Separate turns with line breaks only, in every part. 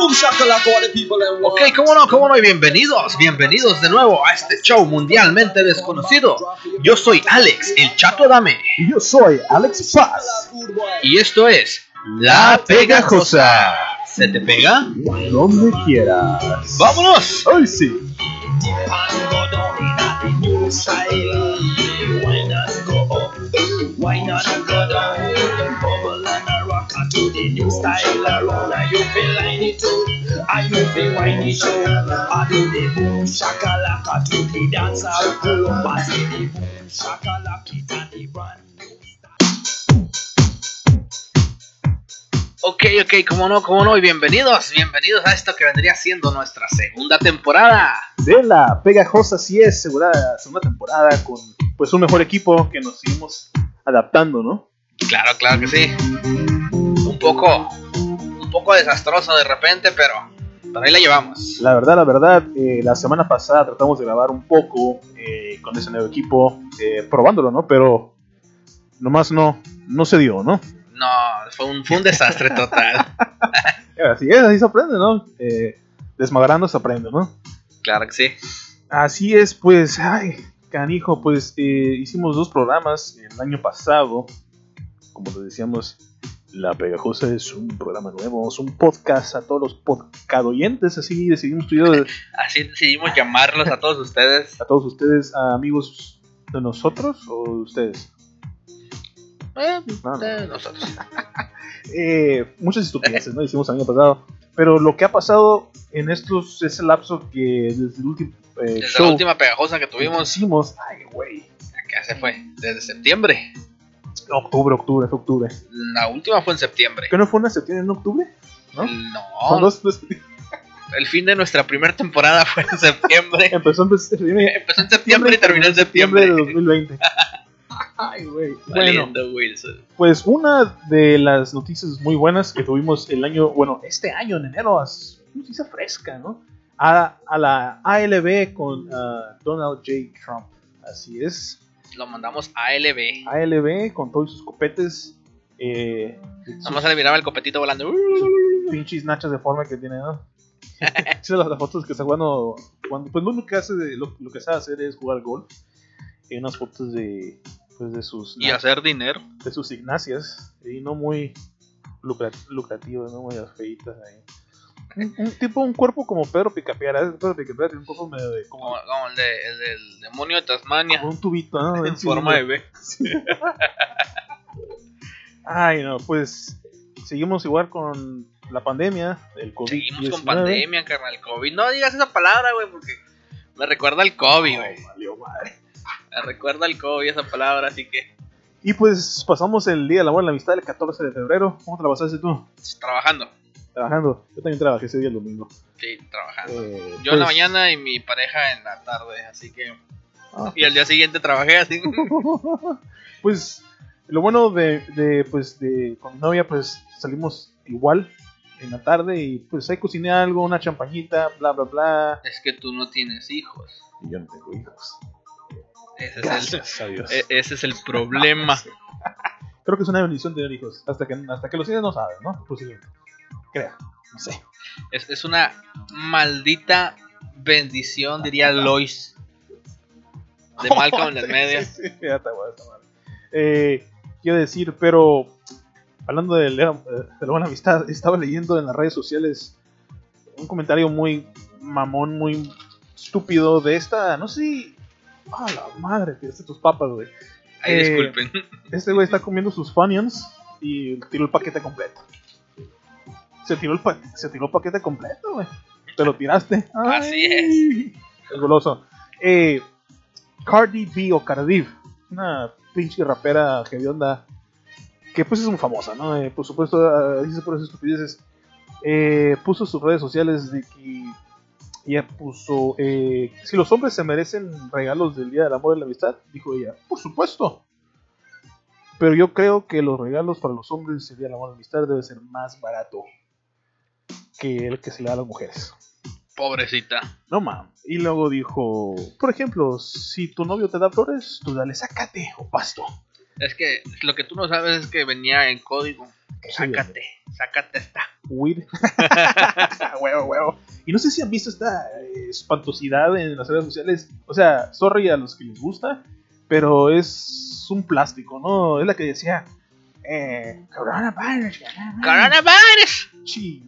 back all the people that
Ok,
want
cómo no, cómo no, y bienvenidos, bienvenidos de nuevo a este show mundialmente desconocido. Yo soy Alex, el Chato Adame,
Y yo soy Alex Paz.
Good boy.
y esto es La Pegajosa. ¿Se te pega?
Donde quieras.
¡Vámonos!
Hoy sí.
Why not a go down and bubble and a rock to the new style around? Are you feel line it too? Are you feel whiny show? I do the boom shakalaka to the dancer pull up and see the boom shakalaka it and the brand new style.
Ok, ok, cómo no, cómo no, y bienvenidos, bienvenidos a esto que vendría siendo nuestra segunda temporada.
De la pegajosa sí es asegurada segunda temporada con pues un mejor equipo que nos seguimos adaptando, ¿no?
Claro, claro que sí. Un poco, un poco desastroso de repente, pero, pero ahí la llevamos.
La verdad, la verdad, eh, la semana pasada tratamos de grabar un poco eh, con ese nuevo equipo, eh, probándolo, ¿no? Pero nomás no, no se dio, ¿no?
No, fue un, fue un desastre total.
Así es, así se aprende, ¿no? Eh, desmadrando se aprende, ¿no?
Claro que sí.
Así es, pues, ay, canijo, pues eh, hicimos dos programas el año pasado. Como les decíamos, La Pegajosa es un programa nuevo, es un podcast a todos los podcadoyentes, así decidimos tú y yo,
Así decidimos llamarlos a todos ustedes.
a todos ustedes, a amigos de nosotros o de ustedes.
Eh,
No, no.
eh, nosotros.
Eh, muchas estupideces, ¿no? Hicimos el año pasado. Pero lo que ha pasado en estos, ese lapso que desde el último eh,
Desde
show
la última pegajosa que
que
tuvimos,
hicimos, ay, güey,
acá se fue, desde septiembre.
octubre, octubre, fue octubre.
La última fue en septiembre.
¿Que no fue una septiembre en octubre? ¿No? Son
No,
dos- dos-
el fin de nuestra primera temporada fue en septiembre.
Empezó en septiembre,
Empezó en septiembre y terminó en septiembre.
de 2020. Ay, güey. Bueno,
Valiendo Wilson.
pues una de las noticias muy buenas que tuvimos el año, bueno, este año, en enero, es una noticia fresca, ¿no? A, a la ALB con ah, Donald J. Trump. Así es.
Lo mandamos a LB.
ALB con todos sus copetes. Eh,
Nada más se le miraba el copetito volando.
pinches nachas de forma que tiene, ¿no? Sí, las, las fotos que está jugando. Cuando, pues lo único que hace, de- lo, lo que sabe hacer es jugar golf. Hay unas fotos de, pues, de sus
Y hacer dinero.
de sus ignacias y no muy lucra- lucrativas, no muy feitas ahí. Un, un tipo, un cuerpo como Pedro Picapiedra. ¿eh? Pedro Picapiedra tiene un cuerpo medio de como,
Como, como el, de- el del demonio de Tasmania.
como un tubito, ¿no?
En
Sí,
forma de B.
Ay, no, pues seguimos igual con la pandemia, el COVID.
Seguimos con pandemia, carnal. COVID. No digas esa palabra, güey, porque me recuerda al COVID, güey. Me recuerda al COVID esa palabra, así que
Y pues pasamos el día de la buena amistad el 14 de febrero. ¿Cómo trabajaste tú?
trabajando.
Trabajando. Yo también trabajé ese día el domingo.
Sí, trabajando.
Eh,
Yo en la
pues,
mañana y mi pareja en la tarde, así que.
ah,
Y al día siguiente trabajé así.
pues lo bueno de, de, pues de con mi novia pues salimos igual en la tarde y pues ahí cociné algo, una champañita, bla bla bla.
Es que tú no tienes hijos.
Y yo no tengo hijos.
Ese es el,
Gracias a Dios.
e- ese es el problema.
Creo que es una bendición tener hijos. Hasta que hasta que los tienes no sabes, ¿no? Pues, Posiblemente. Creo. No sé.
Es, es una maldita bendición, diría Lois. De Malcolm en el medio.
Sí, sí, ya está, güey, está mal. Eh, quiero decir, pero hablando de, la- de la buena amistad, estaba leyendo en las redes sociales un comentario muy mamón, muy estúpido de esta, no sé, si- a la madre, que es de tus papas, güey.
Ay,
Eh,
disculpen.
Este güey está comiendo sus Funyuns y tiró el paquete completo. Se tiró el, pa- se tiró el paquete completo, güey. Te lo tiraste.
Así
Ay, Es goloso. Eh, Cardi B o Cardiff, una pinche rapera hedionda que pues es muy famosa, ¿no? Eh, por supuesto, ah, dice por esas estupideces. Eh, puso sus redes sociales de que ella puso, eh, si los hombres se merecen regalos del Día del Amor y la Amistad, dijo ella, por supuesto. Pero yo creo que los regalos para los hombres del Día del Amor y la Amistad debe ser más barato que el que se le da a las mujeres.
Pobrecita.
No mames. Y luego dijo, por ejemplo, si tu novio te da flores, tú dale sácate o pasto.
Es que lo que tú no sabes es que venía en código. Sácate, sácate esta.
Weed. huevo, huevo. Y no sé si han visto esta eh, espantosidad en las redes sociales. O sea, sorry a los que les gusta, pero es un plástico, ¿no? Es la que decía. Eh, coronavirus.
¡Coronavirus!
Chi.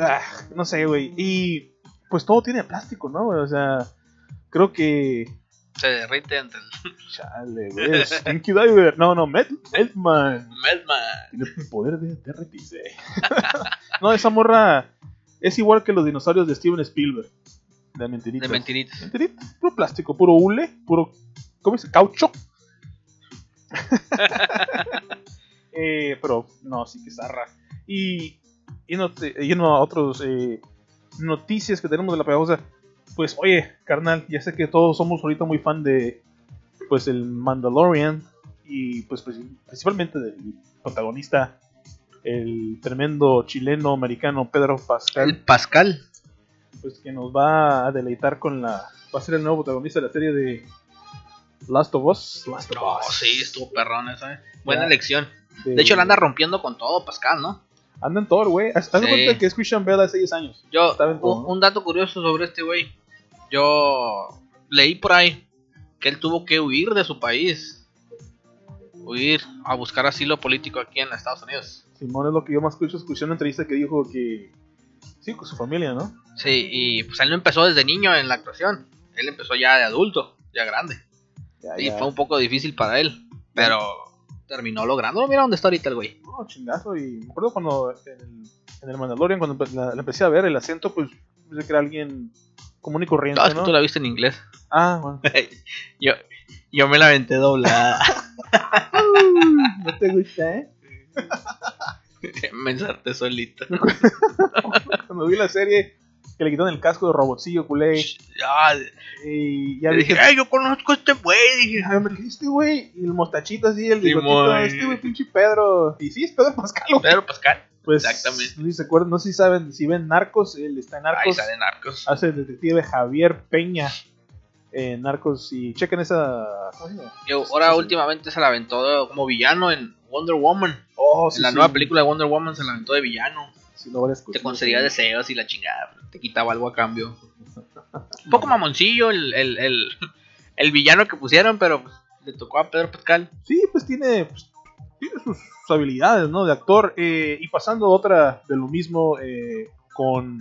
Ah, no sé, güey. Y pues todo tiene plástico, ¿no? O sea, creo que.
Se derrite ante el
Chale, güey. Stinky Diver. No, no, Mel- Meltman.
Meltman.
Tiene el poder de derretirse. no, esa morra es igual que los dinosaurios de Steven Spielberg. De mentiritas.
De mentiritas.
Mentiritas, Puro plástico, puro hule, puro. ¿Cómo dice? Caucho. Eh, pero no, sí que zarra. Y yendo, a otros eh, noticias que tenemos de la pegajosa. Pues, oye, carnal, ya sé que todos somos ahorita muy fan de pues el Mandalorian. Y pues princip- principalmente del protagonista, el tremendo chileno americano Pedro Pascal
El Pascal.
pues que nos va a deleitar con la va a ser el nuevo protagonista de la serie de Last of Us Last of
No,
Us
Oh, sí, estuvo perrón esa. eh. Buena
Ya.
elección. De hecho, la anda rompiendo con todo Pascal, ¿no?
anda en Thor güey haz haz de
Sí.
cuenta que es Christian Bale hace 10 años
Yo,
Está bien,
un,
¿no?
un dato curioso sobre este güey. Yo leí por ahí que él tuvo que huir de su país. Huir a buscar asilo político aquí en Estados Unidos.
Simón es lo que yo más escucho escuché una entrevista que dijo que sí con su familia no
Sí, y pues él no empezó desde niño en la actuación. Él empezó ya de adulto, ya grande.
ya,
Y
ya.
fue un poco difícil para él. Pero terminó logrando. Mira dónde está ahorita el güey.
no Oh, chingazo y me acuerdo cuando en el, en el Mandalorian cuando empe- la, la empecé a ver el acento pues pensé que era alguien común y corriente
No, es que
¿no?
tú la viste en inglés.
ah bueno
yo, yo me la aventé doblada.
no te gusta eh
me ensarté solito.
cuando vi la serie que le quitaron el casco de robotcillo culé
Ah,
Y ya
le
dije,
dije, ay, yo conozco a este güey. Dije,
"Ah, me dijiste, este güey, y el mostachito así, el
Sí,
bigotito,
muy.
este güey, pinche Pedro. Y sí, es Pedro Pascal. güey.
Pedro Pascal.
Pues,
exactamente.
No sé si se acuerdan, no sé si saben, si ven Narcos, él está en
Ahí
Narcos.
sale Narcos. Ah.
hace el detective Javier Peña en Narcos. Y chequen esa. ¿cómo se llama?
Yo, ahora
sí.
últimamente se la aventó como villano en Wonder Woman.
Oh,
en la nueva película de Wonder Woman se la aventó de villano.
Sí, lo voy a escuchar.
Te concedía deseos y la chingada. Te quitaba algo a cambio. Un poco mamoncillo el, el, el, el villano que pusieron, pero pues, le tocó a Pedro Pascal.
Sí, pues tiene, pues, tiene sus, sus habilidades, ¿no? De actor. Eh, y pasando a otra de lo mismo eh, con,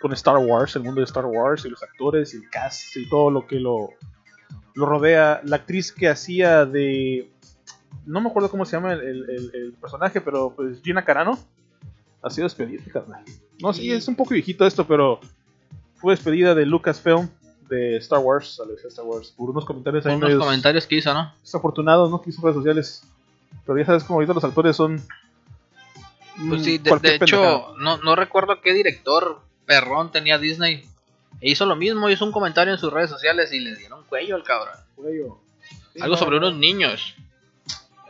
con Star Wars, el mundo de Star Wars y los actores y el cast y todo lo que lo, lo rodea. La actriz que hacía de... No me acuerdo cómo se llama el, el- el- el personaje, pero pues Gina Carano ha sido despedida, carnal. No, sí,
Sí.
es un poco viejito esto, pero fue despedida de Lucasfilm, de Star Wars, a los Star Wars, por unos comentarios ahí
Unos
medios-
comentarios que hizo, ¿no?
desafortunado, ¿no? Que hizo redes sociales. Pero ya sabes como ahorita los actores son.
Pues
mm,
sí, de, de
cualquier pendejada.
hecho, no, no recuerdo qué director perrón tenía Disney. E hizo lo mismo, hizo un comentario en sus redes sociales y le dieron cuello al cabrón.
Cuello. Sí,
Algo
no,
sobre unos niños.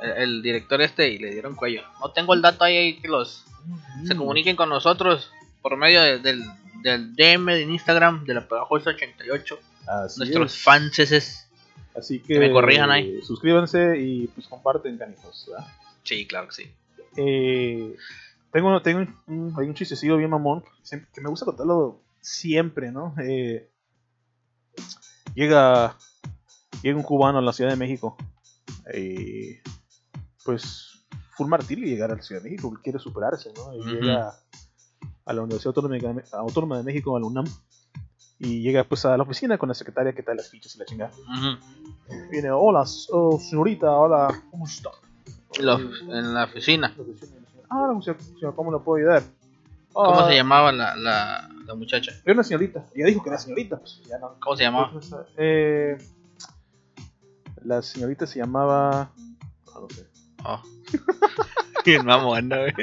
El, el director este y le dieron cuello. No tengo el dato ahí, ahí que los
Mm.
se comuniquen con nosotros por medio de- del, del DM de Instagram de la pegajosa 88.
Así,
nuestros
es.
fanses.
Así que.
me corrijan ahí.
Suscríbanse y pues comparten, canijos. ¿verdad?
Sí, claro que sí.
Eh, tengo tengo un, un- hay un chistecillo bien mamón siempre- que me gusta contarlo siempre, ¿no? Eh, llega, llega un cubano a la Ciudad de México. eh, pues fue un martirio llegar a la Ciudad de México, él quiere superarse, ¿no? Y
Ujú.
Llega a la Universidad Autónoma de, Autónoma de México, a la UNAM. Y llega pues a la oficina con la secretaria que tal las fichas y la chingada.
Ujú.
Viene, hola, s- oh, señorita, hola, ¿cómo está?
Los- en la oficina.
Ah, la señor, señor, ¿cómo lo puedo ayudar?
¿Cómo
Ah,
se llamaba la, la, la muchacha?
Era una señorita. Ella dijo que era señorita, pues ya no.
¿Cómo se llamaba?
Eh, la señorita se llamaba. ah, No sé.
Oh. Bien mamona, güey.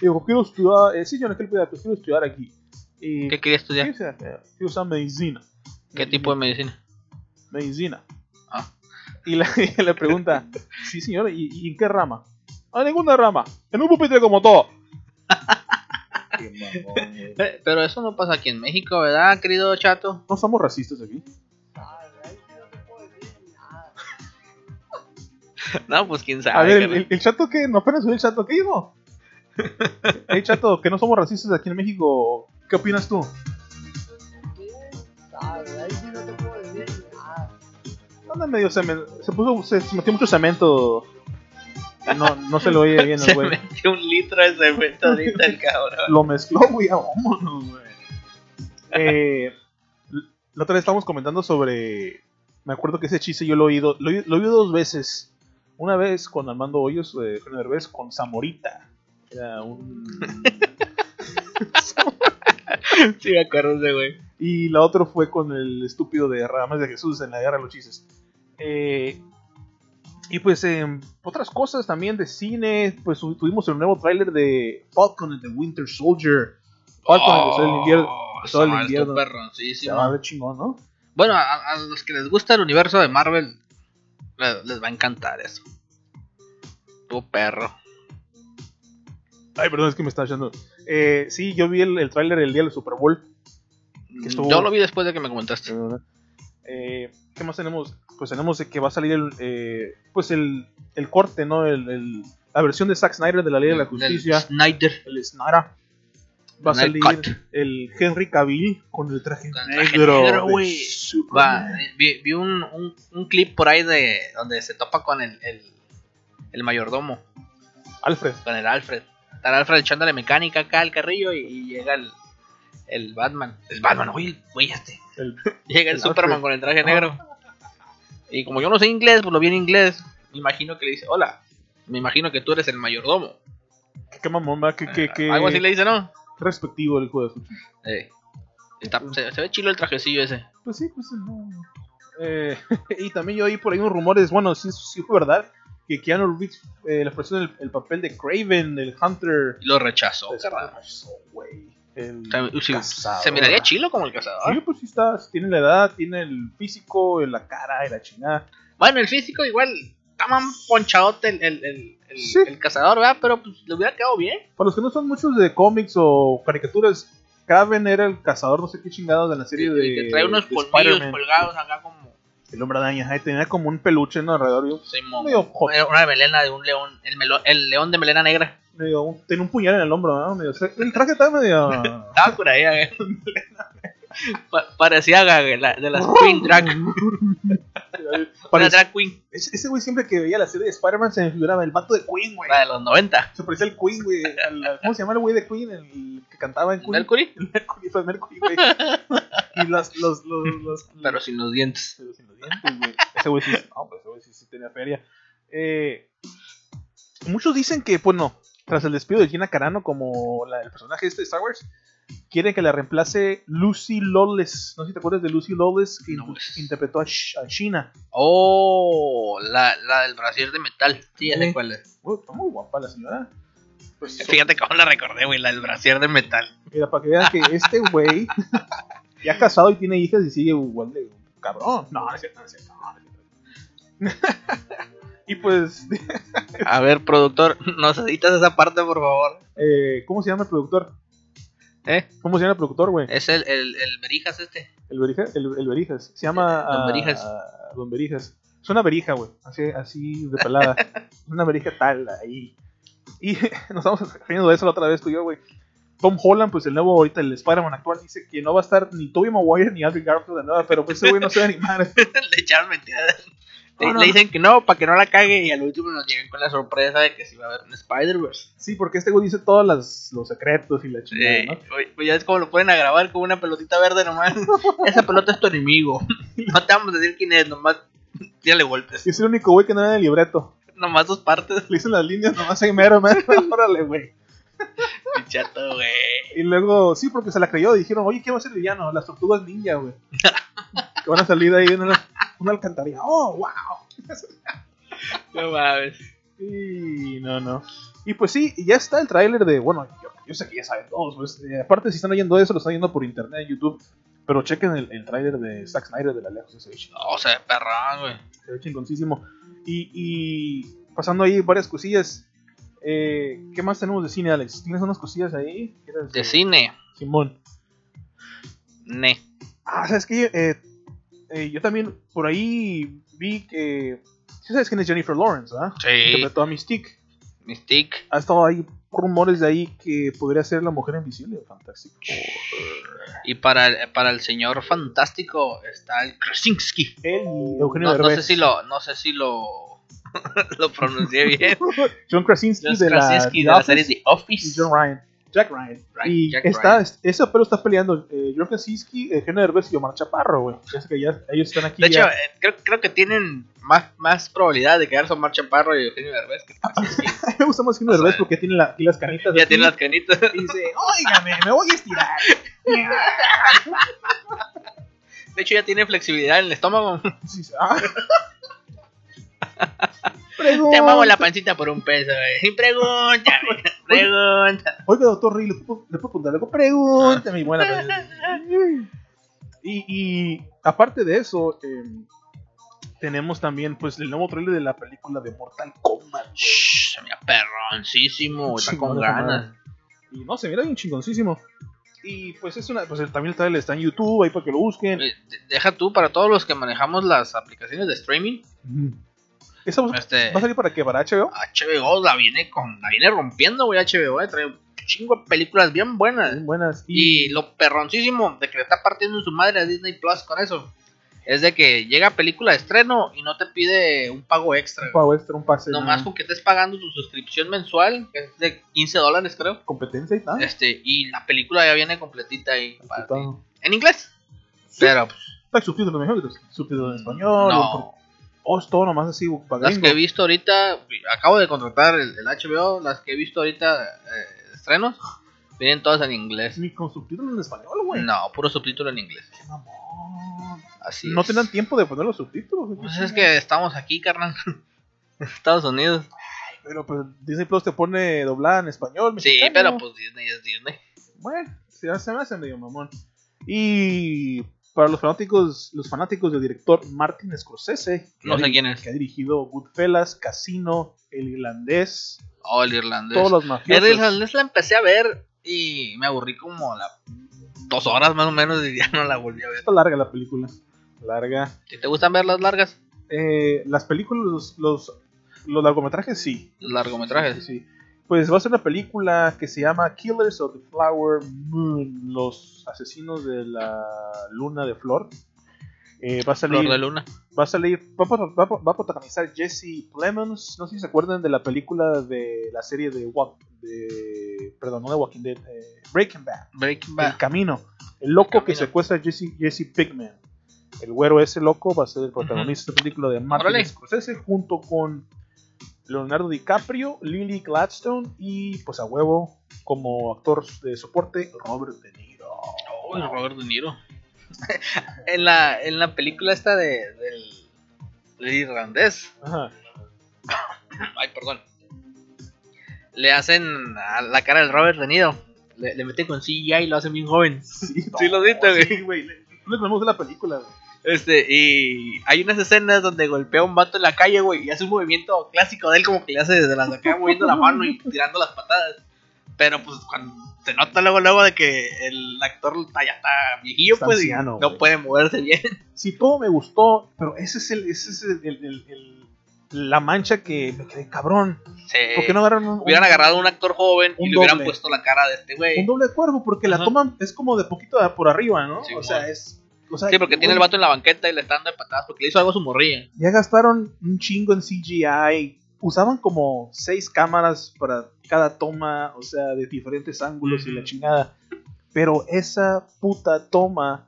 Digo, quiero estudiar. Eh, sí, yo no quiero estudiar, pues quiero estudiar aquí. Y,
¿Qué quería estudiar?
quiero estudiar? Quiero usar medicina.
¿Qué tipo de medicina?
Medicina.
Ah.
Y le, y le pregunta, sí señor, ¿y, y en qué rama? A ninguna rama, en un pupitre como todo. Qué mamón, güey.
Eh, Pero eso no pasa aquí en México, ¿verdad, querido chato?
no somos racistas aquí.
No, pues quién sabe.
A ver, el,
carnal. pues,
el- el chato que, no apenas subió el chato que no. Hey, chato, que no somos racistas aquí en México. ¿Qué opinas tú?
Ay, ahí sí no te puedo decir nada.
Anda medio cemen- Se puso, se, se metió mucho cemento. No, no se lo oye bien el
Se
güey.
metió un litro de cemento ahorita el cabrón.
Lo mezcló, güey. ah, Vámonos, güey. Eh, la otra vez estábamos comentando sobre. Me acuerdo que ese chiste yo lo he oído. Lo, he- lo he oído dos veces. Una vez con Armando Hoyos, eh, Eugenio Derbez, con Zamorita. Era un.
Sí, me acuerdo de ese güey.
Y la otra fue con el estúpido de Ramas de Jesús en la guerra de los chistes. Eh, y pues em, otras cosas también de cine, pues tu- tuvimos el nuevo tráiler de Falcon and the Winter Soldier. Falcon and the Soldado del
Ah,
Invierno.
Sol
del invierno. Se va a
Oh, perroncísimo.
ver chingón, ¿no?
Bueno, a, a los que les gusta el universo de Marvel, le- les, va a encantar eso. Tu perro.
Ay, perdón, es que me estaba echando. Eh, sí, yo vi el, el tráiler el día del Super Bowl. Que estuvo-
Yo lo vi después de que me comentaste.
Eh, ¿Qué más tenemos? Pues tenemos que va a salir el, eh, pues el, el corte, ¿no? El- el- la versión de Zack Snyder de la Ley de la
Del
Justicia.
Snyder.
el Snara. Va a
Snyder
salir
Cut.
el Henry Cavill con el traje
Con el traje
negro.
negro,
de
güey. Va,
Superman.
eh, vi, vi un, un- un clip por ahí de donde se topa con el, el, el mayordomo,
Alfred.
con el Alfred. Está el Alfred echándole mecánica acá al carrillo y, y llega el, el Batman. El Batman, oye, el güey, este.
El-
Llega el,
el
Superman
Alfred.
con el traje negro. Y como yo no sé inglés, pues lo vi en inglés. Me imagino que le dice, hola, me imagino que tú eres el mayordomo.
Qué mamón, va, qué, qué, qué-
Eh, Algo así le dice, ¿no?
qué respectivo el juego de fútbol.
Eh, está- se, se ve chilo el trajecillo ese.
Pues sí, pues no. Eh, y también yo oí por ahí unos rumores, bueno, sí, sí fue verdad, que Keanu Reeves eh, le ofreció el, el papel de Craven, del Hunter.
Y lo rechazó,
Pues,
carnal.
eso, güey. El
También- sí,
cazador.
se miraría ¿ah? chilo como el cazador.
Sí, pues sí está, tiene la edad, tiene el físico, la cara y la chingada.
Bueno, el físico igual está más ponchadote el, el, el, el-
Sí.
el cazador, ¿verdad? Pero pues le hubiera quedado bien.
Para los que no son muchos de cómics o caricaturas, Kraven era el cazador, no sé qué chingados de la serie de.
Y te trae unos
de
colmillos
Spider-Man.
colgados acá como
El hombre araña, ahí tenía como un peluche ¿no? alrededor, yo-
Simón.
Medio hot.
Era una melena de un león, el, melo- el león de melena negra.
medio un- tenía un puñal en el hombro, ¿no? Medio- el traje estaba medio.
Estaba por ahí, ¿eh? Pa- parecía gaga, la- de las Queen Drag, de la
Parece-
drag Queen,
Ese ese güey siempre que veía la serie de Spider-Man se me figuraba el vato de Queen, güey.
la de los 90.
Se parecía al Queen, güey. al- al- ¿Cómo se llama el güey de Queen? El que cantaba en Queen.
Mercury,
El Mercury, Fred Mercury, güey. Y los. los, los, los-
pero sin los dientes.
Pero sin los dientes, Pues, güey. Ese güey sí, no, pues, ese güey sí, sí tenía feria. Eh, muchos dicen que, pues no, tras el despido de Gina Carano como la- el personaje este de Star Wars, quieren que la reemplace Lucy Lawless. No sé si te acuerdas de Lucy Lawless que
No,
intu-
pues.
interpretó a, Sh- a China.
Oh, la, la del brasier de metal. Sí, ya sé
Sí.
cuál es.
Uy, está muy guapa la señora. Pues, eso,
Fíjate cómo la recordé, güey, la del brasier de metal.
mira, para que vean que este güey ya casado y tiene hijas y sigue igual de cabrón. No, no es cierto, no es cierto. no, no es cierto. y pues
A ver, productor, nos editas esa parte, por favor.
Eh, ¿Cómo se llama el productor?
¿Eh?
¿Cómo se llama el productor, güey?
Es el, el, el Berijas este.
El, Berija- el, el Berijas. Se llama.
Don
ah,
Berijas.
Don Berijas. Es una berija, güey. Así, así de pelada. Es una berija tal, ahí. Y nos estamos riendo de eso la otra vez tú y yo, güey. Tom Holland, pues el nuevo ahorita, el Spider-Man actual, dice que no va a estar ni Tobey Maguire ni Andrew Garfield de nada, pero pues ese güey no se va a animar.
le echaron mentiras. Le,
No, no.
le dicen que no, para que no la cague. Y al último nos llegan con la sorpresa de que sí va a haber un Spider-Verse.
Sí, porque este güey dice todos las- los secretos y la chingada,
Eh,
¿no?
oye, pues ya es como lo pueden grabar con una pelotita verde nomás. Esa pelota es tu enemigo. No te vamos a decir quién es, nomás le golpes.
Y es el único güey que no era el libreto.
Nomás dos partes.
Le dicen las líneas nomás ahí mero, mero. Órale, güey.
Y Chato, güey.
Y luego, sí, porque se la creyó. Dijeron, oye, ¿qué va a ser villano? Las tortugas ninja, güey. que van a salir ahí en una, una alcantarilla. ¡Oh, wow!
No mames.
Y no, no. Y pues sí, y ya está el tráiler de. Bueno, yo, yo sé que ya saben todos. Pues, eh, aparte, si están oyendo eso, lo están oyendo por internet, en YouTube. Pero chequen el, el tráiler de Zack Snyder de la Lejos se ve chingón,
No, se ve perrón, güey.
se ve chingoncísimo. Y, y pasando ahí varias cosillas. eh, ¿Qué más tenemos de cine, Alex? ¿Tienes unas cosillas ahí? ¿Quieres,
De
eh,
cine.
Simón.
Ne.
Ah, ¿sabes qué? Eh, eh, yo también por ahí vi que... Sí sabes quién es Jennifer Lawrence, ¿verdad?
Sí.
Interpretó a Mystique.
Mystique.
Ha estado ahí rumores de ahí que podría ser la mujer invisible de Fantastic Four.
Y para el, para el señor fantástico está el Krasinski.
Él y Eugenio
No, no
Derbez.
sé si lo, no sé si lo, lo pronuncié bien.
John Krasinski
Los
de la,
Krasinski de
The
la
Office
serie The
y
Office.
John Ryan. Jack Ryan.
Right,
y
Jack
está,
Ryan.
ese pero está peleando eh, John Krasinski, Eugenio Derbez y Omar Chaparro, güey. Ya sé que ya ellos están aquí.
De
ya.
hecho, eh, creo, creo que tienen más, más probabilidad de quedarse Omar Chaparro y Eugenio Derbez que Krasinski.
A mí me gusta más Eugenio
o sea,
Derbez porque tiene la- aquí las canitas.
Ya
aquí.
tiene las canitas.
Y dice, óigame, me voy a estirar.
De hecho, ya tiene flexibilidad en el estómago.
Sí, sí, ah.
Te muevo la
Pregunta.
pancita por un peso, güey. Pregunta, pregunta.
Oiga, doctor Riley, ¿le puedo, le puedo preguntar algo? Pregúntame. Y bueno,
Ah.
pues, y, y aparte de eso, eh, tenemos también pues el nuevo trailer de la película de Mortal Kombat.
Shh, se mira perroncísimo, está con
Chingona madre.
ganas.
Y no, se mira bien chingoncísimo. Y pues es una, pues el- también el trailer está en YouTube, ahí para que lo busquen.
Eh, de- Deja tú para todos los que manejamos las aplicaciones de streaming.
Ujú. ¿Esa va,
Este,
va a salir para qué? ¿Para HBO?
HBO la viene con la viene rompiendo, güey. HBO eh, trae un chingo de películas bien buenas.
Buenas. Y,
Y lo perroncísimo de que le está partiendo su madre a Disney Plus con eso es de que llega película de estreno y no te pide un pago extra.
un
güey.
pago extra, un pase.
Nomás
¿no?
con que estés pagando tu suscripción mensual, que es de 15 dólares, creo.
competencia y tal.
Este, y la película ya viene completita ahí para ti.
Está
En inglés. Pero pues,
está subtítulos mejores, subtítulos pues, en español.
no.
O es todo nomás así, para
Las que he visto ahorita, acabo de contratar el, el HBO, las que he visto ahorita eh, estrenos, vienen todas en inglés.
Ni con subtítulos en español, güey.
No, puro subtítulo en inglés.
Qué mamón.
Así
No
es.
te dan tiempo de poner los subtítulos.
Pues es que estamos aquí, carnal. Estados Unidos.
Pero pues Disney Plus te pone doblada en español.
Sí,
mexicano.
pero pues Disney es Disney.
Bueno, se, se me hace medio mamón. Y para los fanáticos, los fanáticos del director Martin Scorsese, que
No
ha
sé
diri-
quién es.
que ha dirigido Goodfellas, Casino, El Irlandés,
Oh, el irlandés.
todos los mafiosos.
El irlandés la empecé a ver y me aburrí como la dos horas más o menos y ya no la volví a ver.
Está larga la película. Larga.
Si te gustan ver las largas,
Eh, las películas, los, los, los largometrajes, sí.
los largometrajes.
Sí, sí. Pues va a ser una película que se llama Killers of the Flower Moon, los asesinos de la luna de flor. Eh, va a salir,
Flor de Luna.
va a salir, va a, pro- va a pro- va a protagonizar Jesse Plemons. No sé si se acuerdan de la película de la serie de, Walk, de perdón, no de Walking Dead, eh, Breaking Bad.
Breaking
El camino. El loco
El
que
camino.
secuestra a Jesse, Jesse Pinkman. El güero ese loco va a ser el protagonista de la película de Martin
Órale.
Scorsese junto con Leonardo DiCaprio, Lily Gladstone y pues a huevo como actor de soporte Robert De Niro.
Oh, el Robert De Niro. en, la, en la película esta de, del, del irlandés.
Ajá.
Ay, perdón. Le hacen a la cara del Robert De Niro. Le, le meten con CGI y lo hacen bien joven.
Sí,
Sí lo viste, güey.
sí, güey. No tenemos de la película, güey.
Este, y hay unas escenas donde golpea a un vato en la calle, güey, y hace un movimiento clásico de él, como que le hace desde las de acá, moviendo la mano y tirando las patadas. Pero pues cuando se nota luego, luego de que el actor está- ya está viejillo,
Está
pues, y
anciano,
no
güey.
puede moverse bien.
Si todo me gustó, pero ese es el, ese es el, el- el- el- la mancha que me quedé cabrón.
Se-
¿Por qué no agarraron un-
Eh, hubieran
un-
agarrado a un actor joven y
un
le hubieran
doble.
puesto la cara de este güey.
un doble de cuervo porque la
Ajá.
toman es como de poquito a- por arriba, ¿no?
Sí,
o
mon.
sea, es o sea,
Sí, porque tiene el
güey,
vato en la banqueta y le están dando de patadas porque le hizo algo a su morrilla.
Ya gastaron un chingo en CGI. Usaban como seis cámaras para cada toma, o sea, de diferentes ángulos y la
Ujú.
chingada. Pero esa puta toma,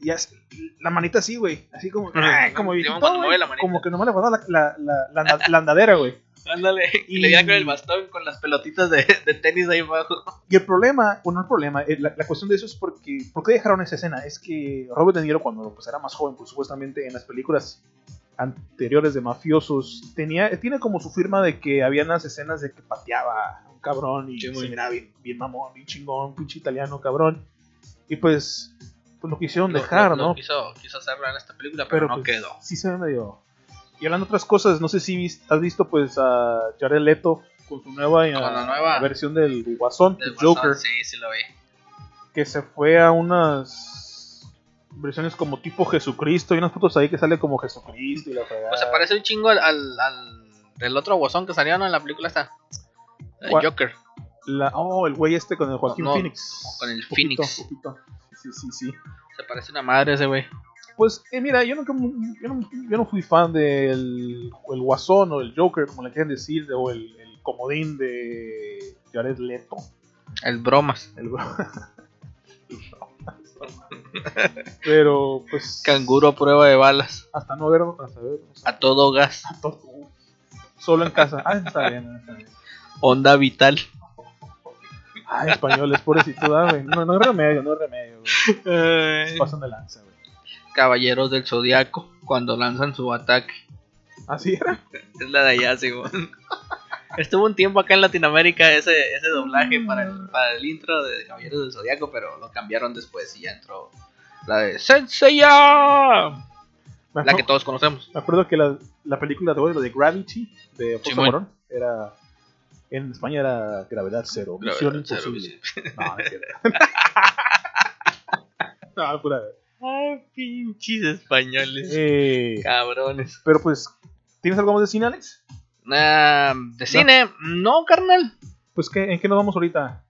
ya es- la manita así, güey. Así como,
Ujú.
¡ay! como
Sí,
viejito,
cuando
güey,
mueve la manita.
Como que nomás le faltaba la, la, la- la anda- la andadera, güey.
Ándale, y le dieran con el bastón con las pelotitas de, de tenis ahí abajo.
Y el problema, bueno, no el problema, eh, la, la cuestión de eso es porque, ¿por qué dejaron esa escena? Es que Robert De Niro, cuando pues, era más joven, pues supuestamente en las películas anteriores de mafiosos, tenía, tiene como su firma de que había unas escenas de que pateaba a un cabrón y
Sí,
se
güey.
miraba bien, bien mamón, bien chingón, pinche italiano, cabrón. Y pues, pues lo quisieron
No,
dejar,
no,
¿no?
no Quiso, quiso hacerlo en esta película, pero, no
pues,
quedó.
Sí se ve medio... Y hablando de otras cosas, no sé si vis- has visto pues a Jared Leto con su nueva, eh,
la nueva.
versión del Guasón,
Del
pues, Joker
Guasón, Sí, sí lo vi.
que se fue a unas versiones como tipo Jesucristo y unas fotos ahí que sale como Jesucristo y la fregada.
Pues se parece un chingo al, al, al- del otro guasón que salieron en la película esta. El
¿Cuál?
Joker.
La, oh, el güey este con el Joaquín
No,
Phoenix.
con el
Poquito,
Phoenix.
poquito. Sí, sí, sí.
Se parece una madre ese güey.
Pues, eh, mira, yo, nunca, mu- yo, no, yo no fui fan del el Guasón o el Joker, como le quieran decir, o el, el comodín de Jared Leto.
El bromas.
El bro- Pero, pues.
Canguro a prueba de balas.
Hasta no ver, hasta ver.
A todo gas.
Solo en casa. Ah, está bien, está bien.
Onda vital.
Ay, españoles, pobrecitud, ah, güey. No, no hay remedio, no hay remedio, güey. Se Pasan de lanza, güey.
Caballeros del Zodiaco. Cuando lanzan su ataque.
Así ¿Ah, era.
Es la de allá, Simón. Estuvo un tiempo acá en Latinoamérica ese, ese doblaje para el, para el intro de Caballeros del Zodiaco, pero lo cambiaron después y ya entró la de Senseiya,
Me
la
acuerdo,
que todos conocemos.
me acuerdo que la, la película de, la de Gravity de Fox
Simón.
Cuarón era. En España era Gravedad Cero.
Gravedad
Misión
Cero,
Imposible. No, no es cierto. no, pura.
Ay, pinches españoles,
Eh,
cabrones.
pero pues, ¿tienes algo más de cine, Alex?
Ah, de cine, no, carnal.
Pues, ¿qué, ¿en qué nos vamos ahorita?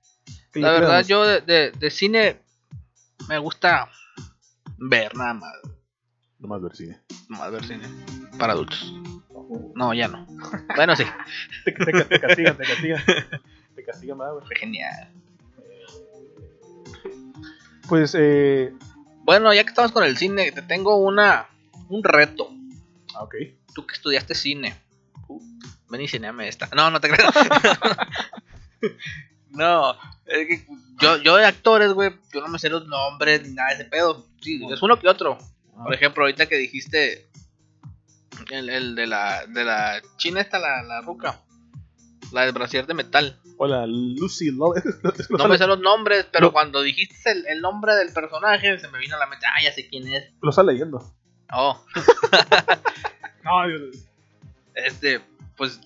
¿Qué
La
le
verdad,
queremos?
yo de, de- de cine me gusta ver nada más.
Nomás ver cine.
Nomás ver cine para adultos. No, ya no. Bueno, sí,
Te, te, te castigan, te castigan. Te castigan, ¿verdad, güey?
genial.
Pues, eh.
Bueno, ya que estamos con el cine, te tengo una un reto.
ah, Ok.
Tú que estudiaste cine. Ven y cineame esta. No, no te creo. no, es que yo, yo de actores, güey, yo no me sé los nombres ni nada de ese pedo. Sí, es uno que otro. Por ejemplo, ahorita que dijiste el, el de la de la china esta la, la ruca. La del brasier de metal.
Hola, Lucy Love. Es que los,
No me sé los nombres, pero
No.
cuando dijiste el, el nombre del personaje, se me vino a la mente, ah, ya sé quién es.
lo está leyendo.
Oh,
No, yo, yo
Este, pues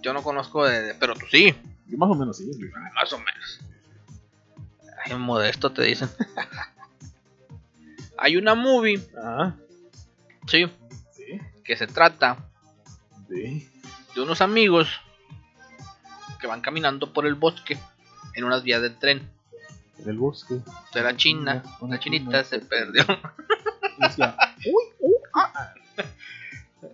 yo no conozco de, de- pero tú sí,
más o menos sí. güey.
más o menos. Ay, modesto te dicen. Hay una movie,
Ah,
sí,
sí.
que se trata
Sí.
de unos amigos que van caminando por el bosque en unas vías del tren.
En el bosque.
De la china, la chinita se perdió.
Decía, uy, uy, ah,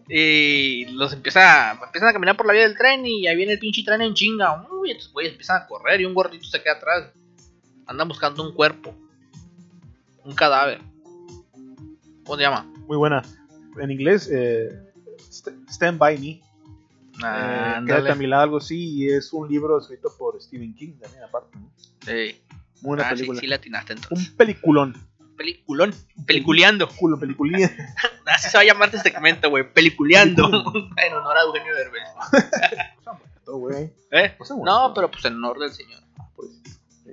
Y los empieza, empiezan a caminar por la vía del tren y ahí viene el pinche tren en chinga. Uy, estos güeyes empiezan a correr y un gordito se queda atrás. Andan buscando un cuerpo. Un cadáver. ¿Cómo se llama?
ah. Muy buena. En inglés, eh, St- Stand By Me.
Ah,
eh,
ándale.
quédate a mi lado, algo así. Y es un libro escrito por Stephen King también, aparte. ¿no?
Sí.
Muy buena
Ah, sí,
película.
sí la atinaste entonces.
Un peliculón.
Peliculón. Peliculeando.
Culo, peliculín.
Así se va a llamar este segmento, güey. Peliculeando. en honor a Eugenio Derbez.
Todo, Oh, güey.
¿Eh?
Pues,
No,
bueno.
pero pues en honor del señor.
Pues, eh,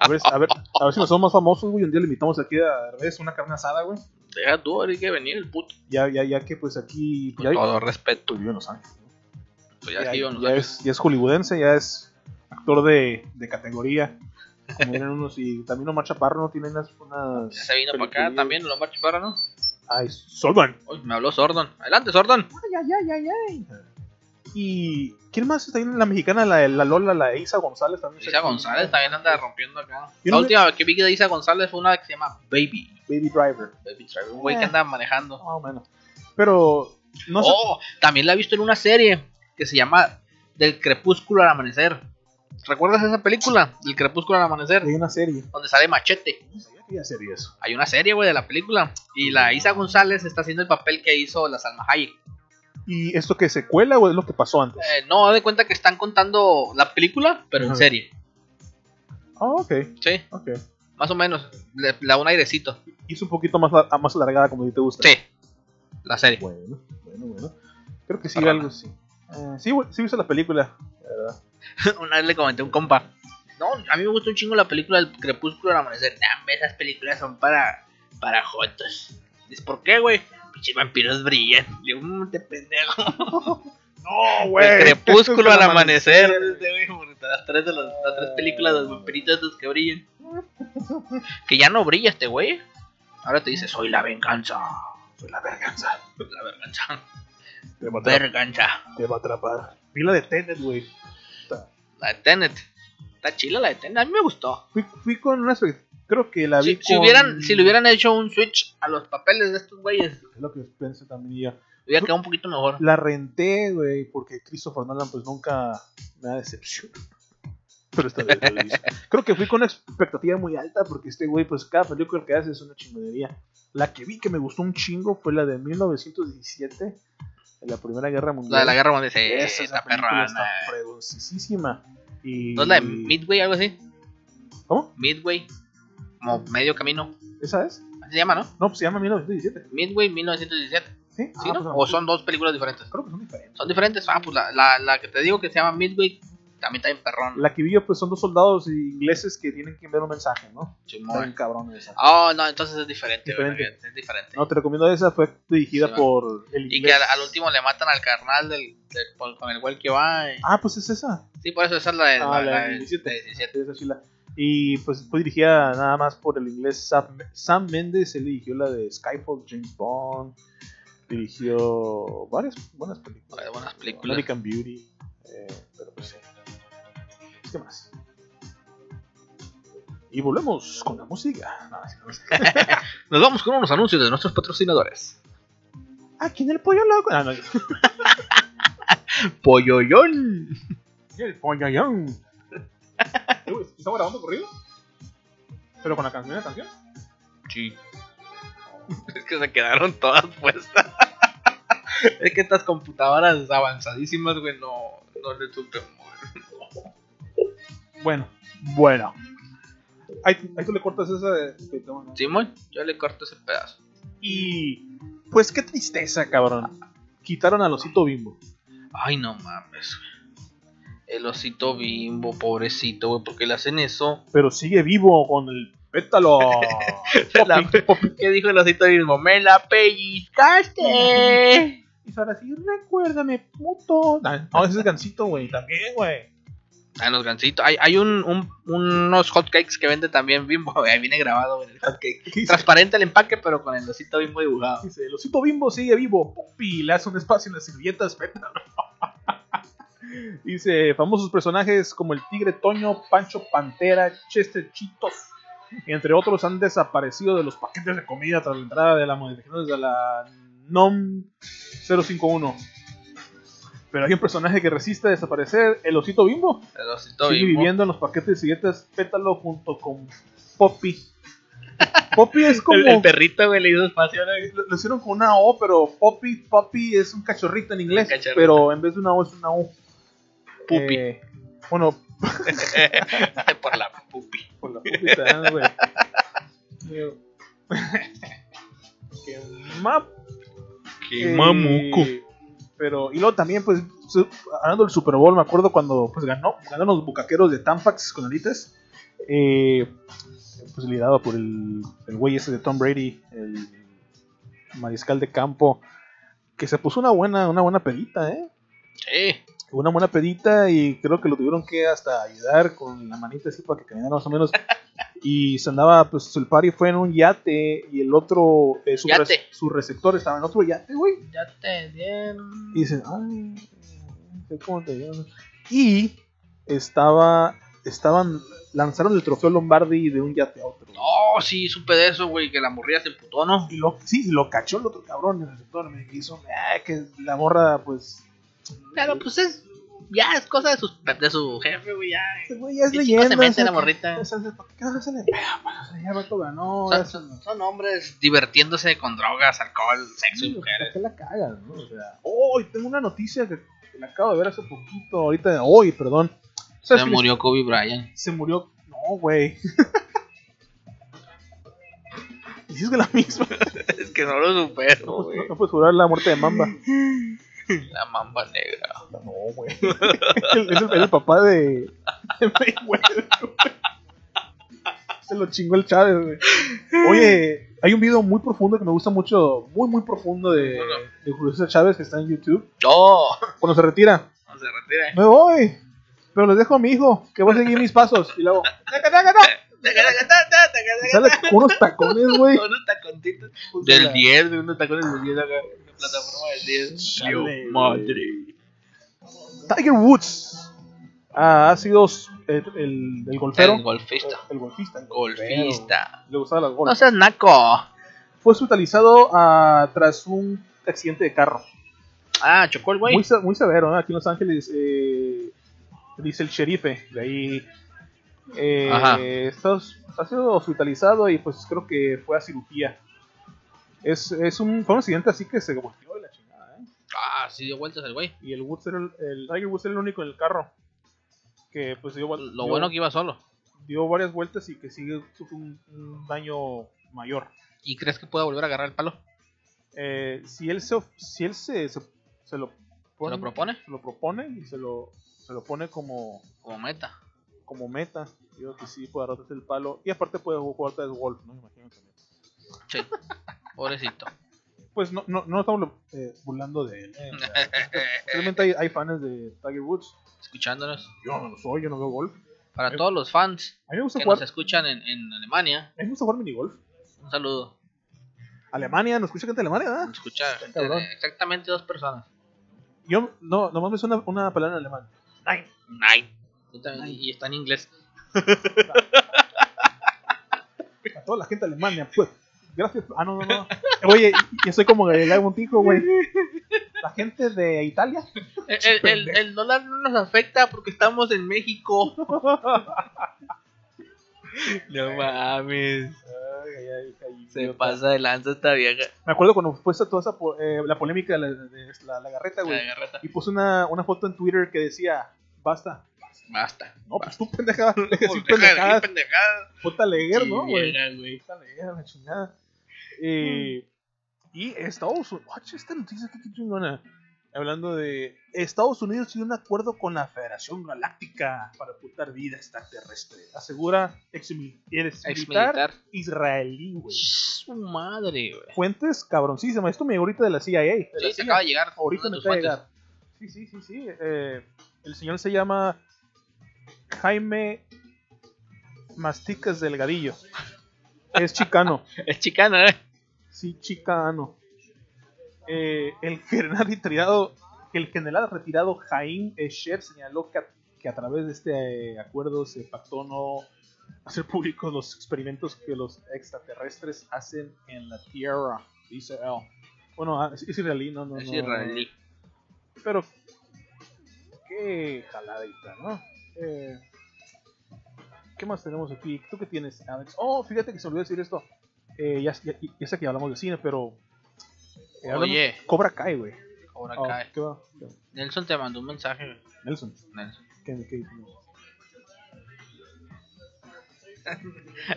a, ver, a, ver, a ver si nos somos más famosos, güey. Un día le invitamos aquí a Reyes una carne asada, güey.
Deja tú, ahora hay que venir el puto.
Ya, ya, ya que pues aquí.
Con
ya,
todo respeto.
pues, vive en Los Ángeles. ¿no?
Pues ya,
Ya-
sí, vamos
ya
a-
es, ya es hollywoodense, ya es actor de, de categoría. Como eran unos. Y también Omar Chaparro no tiene unas. unas
Ya se Pues vino para acá
peliculillas.
también, lo marcha para, ¿no?
Ay, Solvan.
Uy, me habló Sordon. Adelante, Sordon.
Ay, ay, ay, ay, ay. ¿Y quién más está ahí? La mexicana, la, la Lola, la Isa González también.
Isa González también anda rompiendo acá.
Yo
La
no
última vez que vi de Isa González fue una que se llama Baby.
Baby Driver.
Baby Driver, un güey que
Eh.
anda manejando.
Más o menos. Pero. No sé.
Oh, también la he visto en una serie que se llama Del crepúsculo al amanecer. ¿Recuerdas esa película? Del crepúsculo al amanecer,
Hay una serie.
donde sale Machete.
No sabía que iba a ser eso.
Hay una serie, güey, de la película. Y la Isa González está haciendo el papel que hizo la Salma Hayek.
¿Y esto que se cuela o es lo que pasó antes?
Eh, no, haz de cuenta que están contando la película, pero en
Ajá.
serie.
Ah, ok,
Sí,
ok.
más o menos. Le, le da un airecito.
Y es un poquito más, lar- más alargada como a ti te gusta.
Sí, la serie.
Bueno, bueno, bueno. Creo que sí,
Perdona.
algo así. Eh, sí, güey, sí viste la película, la ¿verdad?
Una vez le comenté a un compa. No, a mí me gusta un chingo la película del crepúsculo al amanecer. Nah, hombre, esas películas son para, para jotos. Dices, ¿por qué, güey? Pinches vampiros brillan. Le digo, "Mm, te pendejo.
No,
El crepúsculo al amanecer. Este, güey, como que las tres de las, las tres películas de los vampiritos estos que brillan. Que ya no brilla este güey. Ahora te dice, soy la venganza.
Soy la verganza.
La venganza.
Te va a atrapar.
Verganza.
Te va a atrapar. Vi la de Tenet, güey.
La de Tenet. Está chila la de Tenet. A mí me gustó.
Fui, fui con una expect- Creo que la vi
Si, si
con-
hubieran, si le hubieran hecho un switch a los papeles de estos güeyes,
Es lo que pensé también yo.
hubiera quedado un poquito mejor.
La renté, güey, porque Christopher Nolan pues nunca me ha decepcionado. Pero esta vez no lo hizo. Creo que fui con una expectativa muy alta porque este güey pues cada película que hace es una chingonería. La que vi que me gustó un chingo fue la de 1917, en la Primera Guerra Mundial.
La de la guerra mundial. Sí,
Esa, esa
está
película
perrona.
está fregoncísima. Y...
¿No es la de Midway algo así?
¿Cómo?
Midway. Como medio camino.
¿Esa es?
Así se llama, ¿no?
No, pues se llama 1917.
Midway 1917.
¿Sí?
¿Sí,
Ah,
no?
pues,
¿O son dos películas diferentes?
Creo que son diferentes.
Son diferentes. Ah, pues la, la, la que te digo que se llama Midway también está en perrón.
La que vi yo pues son dos soldados ingleses que tienen que enviar un mensaje, ¿no?
Simón.
Está bien cabrón esa.
Oh, no, entonces es diferente.
Diferente.
verga, Es diferente.
No, te recomiendo esa, fue dirigida
Sí, va.
por el
y
inglés.
que al, al último le matan al carnal del, del- con con el cual que va. y-
Ah, pues es esa.
Sí, por eso esa es la de,
Ah,
la-
la
la
del
de
17.
17.
Esa sí la- Y pues fue dirigida nada más por el inglés Sam, Sam Mendes, él dirigió la de Skyfall, James Bond, dirigió varias buenas películas.
Varias buenas películas.
American Beauty, eh, pero pues sí. ¿Qué más? Y volvemos con la música. No, sí, no, sí.
Nos vamos con unos anuncios de nuestros patrocinadores.
Aquí en el pollo loco. Ah, no,
Polloyón.
El poñayón. ¿Estamos grabando corrido? ¿Pero con la canción la canción?
Sí. Es que se quedaron todas puestas. es que estas computadoras avanzadísimas, güey, no, no le supe mover.
Bueno, bueno. Ahí, ahí tú le cortas esa de- que toma, ¿no?
Simón, yo le corto ese pedazo.
Y pues qué tristeza, cabrón. Quitaron al osito bimbo.
Ay, no mames, güey. El osito bimbo, pobrecito, güey, porque le hacen eso.
Pero sigue vivo con el pétalo.
La- ¿Qué dijo el osito bimbo? ¡Me la pellizcaste!
Y ahora sí, recuérdame, puto. Nah, No, ese es gancito, güey. También, güey.
Ah, los gancitos. Hay, hay un, un- unos hotcakes que vende también bimbo, güey. Ahí viene grabado, güey, el hotcake.
¿Qué dice?
Transparente el empaque, pero con el osito bimbo dibujado.
Dice, el osito bimbo sigue vivo. Pupi, le hace un espacio en las servilletas, pétalo. Dice, famosos personajes como el tigre Toño, Pancho Pantera, Chester Chitos, entre otros, han desaparecido de los paquetes de comida tras la entrada de las modificaciones de la NOM 051. Pero hay un personaje que resiste a desaparecer, el osito bimbo,
El osito
sigue
bimbo.
viviendo en los paquetes de servilletas pétalo junto con Poppy. Poppy es como...
El, el perrito, güey, le hizo espacio. ¿no?
Lo, lo hicieron con una O, pero Poppy, Poppy es un cachorrito en inglés,
Un cachorrito.
pero en vez de una O es una U.
Pupi.
Eh, bueno,
Por la pupi.
por la pupita, ¿eh, güey. Digo. Qué ma- eh, Pero, y luego también, pues, su- hablando del Super Bowl, me acuerdo cuando pues ganó, ganó los bucaqueros de Tampax con alitas. Eh, pues liderado por el, el güey ese de Tom Brady, el mariscal de campo, que se puso una buena, una buena pelita, ¿eh?
Sí.
una buena pedita y creo que lo tuvieron que hasta ayudar con la manita así para que caminara más o menos. Y se andaba, pues el party fue en un yate y el otro, eh, su,
Yate.
re- su receptor estaba en otro yate, güey.
Ya te dieron.
Y dicen, ay, sé cómo te llamas". Y estaba, estaban, lanzaron el trofeo Lombardi de un yate a otro.
No, sí, supe de eso, güey, que la morría se emputó, ¿no?
Y lo, sí, y lo cachó el otro cabrón, el receptor, me hizo, "Ah, que la morra, pues,
Claro, pues es. Ya es cosa de, sus, de su jefe, güey, ya.
este güey ya es
Y chico
leyenda.
pues, se mete
o sea,
la
que-
morrita.
o sea, ¿Por qué no se le pega? Pues, o sea, ya el vato ganó,
Son,
ya se-
son- son hombres divirtiéndose con drogas, alcohol, sexo y
Sí, o sea,
mujeres.
¿Qué la cagas, no? O sea, hoy tengo una noticia que, que la acabo de ver hace poquito, ahorita, hoy, perdón. ¿Sabes
Se
que
murió Kobe Bryant.
Se murió. No, güey. Y si es que la misma.
es que no lo supero,
No, no puedes jurar la muerte de Mamba.
La mamba negra.
No, güey. es el, el papá de, de Mayweather, güey. Se lo chingó el Chávez, güey. Oye, hay un video muy profundo que me gusta mucho, muy, muy profundo de, de Julio César Chávez que está en YouTube.
¡Oh!
Cuando se retira,
No se retire.
me voy, pero les dejo a mi hijo, que voy a seguir mis pasos. Y luego, ¡taca, taca, taca! Y sale con unos tacones, güey.
Unos tacontitos.
Puta
Del
la-
10, güey, unos tacones del 10 acá. Una plataforma del 10.
Chale,
Yo, madre.
Tiger Woods Ah, ha sido el, el, el golfero.
El golfista.
El, el golfista. el golfero.
Golfista.
Le gustaban las
No
golfas.
seas naco.
Fue hospitalizado ah, tras un accidente de carro.
Ah, chocó el güey.
Muy, se- muy severo, ¿no? Aquí en Los Ángeles eh, dice el sherife de ahí. eh,
Ajá.
está hos- ha sido hospitalizado y pues creo que fue a cirugía. Es, es un, fue un accidente así que se volteó de la chingada, ¿eh?
Ah, sí dio vueltas el güey.
Y el Woods era el, el Tiger Woods era el único en el carro. Que pues dio, vuel-
Lo
dio-
bueno que iba solo.
dio varias vueltas y que sigue sufrió un, un daño mayor.
¿Y crees que pueda volver a agarrar el palo?
Eh, si él se, of- si él se, se, se lo
¿Se lo propone?
se lo propone y se lo, se lo pone como
Como meta.
como meta. Digo que sí, puede agarrarte el palo. Y aparte puede jugar de golf, ¿no? Me imagino también.
Sí. Pobrecito.
Pues no, no, no estamos eh, burlando de él. ¿eh? O sea, Realmente hay, hay fans de Tiger Woods.
Escuchándonos.
Yo no lo soy, yo no veo golf.
Para todos los fans
Eh, A mí me gusta
que
jugar,
nos escuchan en, en Alemania,
a mí me gusta jugar minigolf.
un saludo.
Alemania, nos escucha gente de Alemania, ¿verdad?
Nos escucha
Ah, cabrón.
eh, exactamente dos personas.
Yo, no, nomás me suena una palabra en alemán.
Nine. Yo también- Y está en inglés.
A toda la gente de Alemania, pues. Gracias. Ah, no, no, no. Oye, yo soy como Galileo Montijo, güey. La gente de Italia.
El, el- el- el dólar no nos afecta porque estamos en México. No mames. Se pasa de lanza esta vieja.
Me acuerdo cuando fue esa- toda esa po- eh, la polémica de la, de la- la garreta,
La
güey.
garrata.
Y puse una, una foto en Twitter que decía, basta.
Basta.
No, pues tú pendeja, deja de decir
Deja de decir
pendejadas.
pendejadas.
Ponte a leer, ¿no,
Sí,
güey?
vieja, güey.
Ponte a leer, la chingada. Eh, y Estados Unidos, watch esta noticia, qué qué chingona. Hablando de Estados Unidos tiene un acuerdo con la Federación Galáctica para ocultar vida extraterrestre. Asegura exmilitar ex militar
Exmilitar.
israelí, güey.
Su madre, güey.
Fuentes cabroncísimas. Esto me llegó ahorita de la CIA. de la
Sí, se
CIA.
acaba de llegar.
Ahorita
uno
me
de tus
acaba de
cuates.
llegar. Sí, sí, sí, sí. eh, el señor se llama Jaime Masticas Delgadillo. Es chicano.
Es chicana, ¿eh?
Sí, chicano. Eh, el general retirado, el general retirado Jaime Escher señaló que a, que a través de este eh, acuerdo se pactó no hacer públicos los experimentos que los extraterrestres hacen en la Tierra, dice él. Bueno, ah, es, es israelí, no, no,
Es
no.
israelí.
Pero qué jaladita, ¿no? Eh, ¿Qué más tenemos aquí? ¿Tú qué tienes, Alex? Oh, fíjate que se olvidó decir esto. Eh, ya, ya, ya sé que hablamos de cine, pero. eh, hablamos-
Oye.
Cobra Kai, güey.
Cobra
Oh,
Kai.
¿qué va?
Nelson te mandó un mensaje, güey.
Nelson.
Nelson.
¿qué- qué-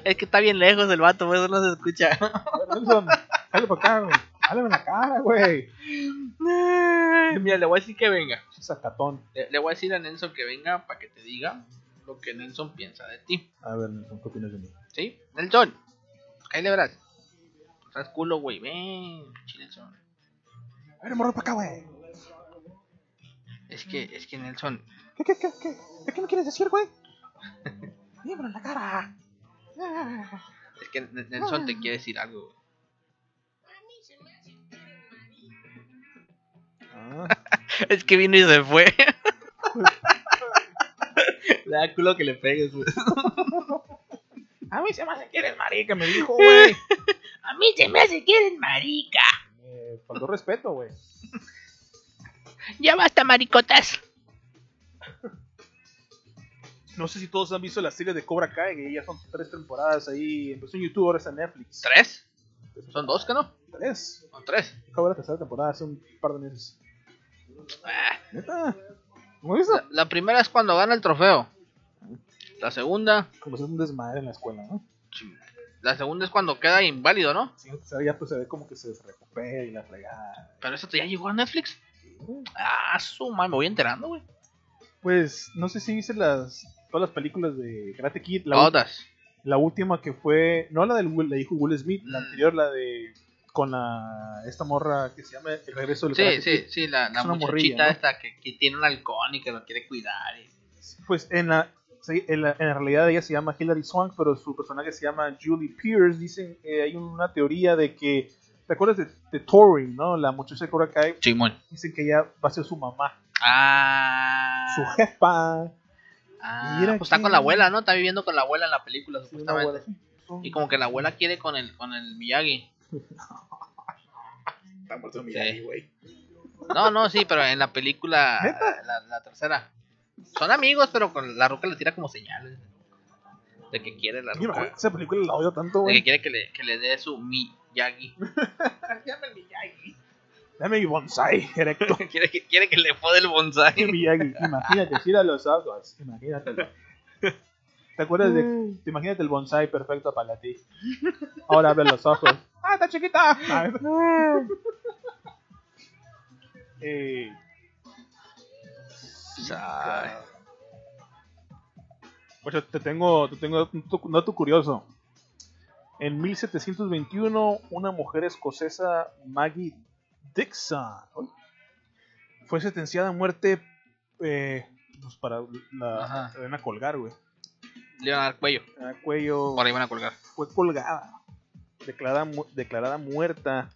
Es que está bien lejos el vato, por eso no se escucha.
A ver, Nelson, dale para acá, güey. Dale en la cara, güey.
Mira, le voy a decir que venga.
Sacatón.
Le, le voy a decir a Nelson que venga para que te diga lo que Nelson piensa de ti.
A ver, Nelson, ¿qué opinas de mí?
¿Sí? Nelson, ahí le verás. Estás culo, güey. Ven, pinche Nelson.
A ver, morro para acá, güey.
Es que, es que Nelson,
¿Qué, qué, qué, qué? ¿Qué- ¿Qué me quieres decir, güey? Dímelo en la cara. Ah.
es que N- Nelson te quiere decir algo. güey.
Ah.
Es que vino y se fue. Le da culo que le pegues, güey.
A mí se me hace que eres marica, me dijo, güey.
A mí se me hace que eres marica.
Eh, faltó respeto, güey.
Ya basta, maricotas.
No sé si todos han visto la serie de Cobra Kai, que ya son tres temporadas ahí. Empezó en YouTube, ahora está en Netflix.
¿Tres? Son dos, ¿que no?
Tres.
Son tres.
Acabo de ver la tercera temporada hace un par de meses.
Ah,
¿Neta? ¿Cómo viste?
La, la primera es cuando gana el trofeo. La segunda.
Como si es un desmadre en la escuela, ¿no?
sí, La segunda es cuando queda inválido, ¿no?
Sí, la tercera ya pues se ve como que se recupera y la fregada.
Pero eso ya llegó a Netflix. Ah, su madre, me voy enterando, güey.
Pues, no sé si viste las, todas las películas de Karate Kid. La, ul-
Todas.
la última que fue, no la del Will, la dijo Will Smith, la
Mm.
anterior, la de con la esta morra que se llama El regreso del Karate
Sí,
Kid.
sí, sí, la, la
Es una
muchachita
morrilla, ¿no?
esta que, que tiene un halcón y que lo quiere cuidar. y-
Pues en la, sí, en la en la realidad ella se llama Hilary Swank, pero su personaje se llama Julie Pierce. Dicen que hay una teoría de que. ¿Te acuerdas de, de Tori, no? La muchacha de Cobra Kai.
Simón.
Dicen que ella va a ser su mamá,
Ah.
su jefa.
Ah,
Mira
pues está
aquí.
con la abuela, ¿no? Está viviendo con la abuela en la película,
Sí, una abuela.
supuestamente. Y como que la abuela quiere con el, con el Miyagi.
Está muerto mi
Sí.
Miyagi, güey.
No, no, sí, pero en la película, la, la tercera. Son amigos, pero con la roca le tira como señales. De que quiere la
Yo me acuerdo
roca.
que esa película la odio tanto,
De que
güey.
quiere que le, que le dé su Miyagi.
Dame mi bonsai, erecto.
quiere, que, quiere que le jode el bonsai.
Miyagi. Imagínate, gira los ojos. Imagínatelo. ¿Te acuerdas de.? te Imagínate el bonsai perfecto para ti. Ahora abre los ojos. ¡Ah, está chiquita! eh,
Ay.
Oye, te tengo, te tengo un tu- un dato curioso. En 1721, una mujer escocesa, Maggie Dixon, fue sentenciada a muerte eh, pues para la,
Ajá.
la van a colgar, güey.
Le iban a dar cuello.
Le van a Ah, cuello
Ahora iban a colgar.
fue colgada, declarada, mu- declarada muerta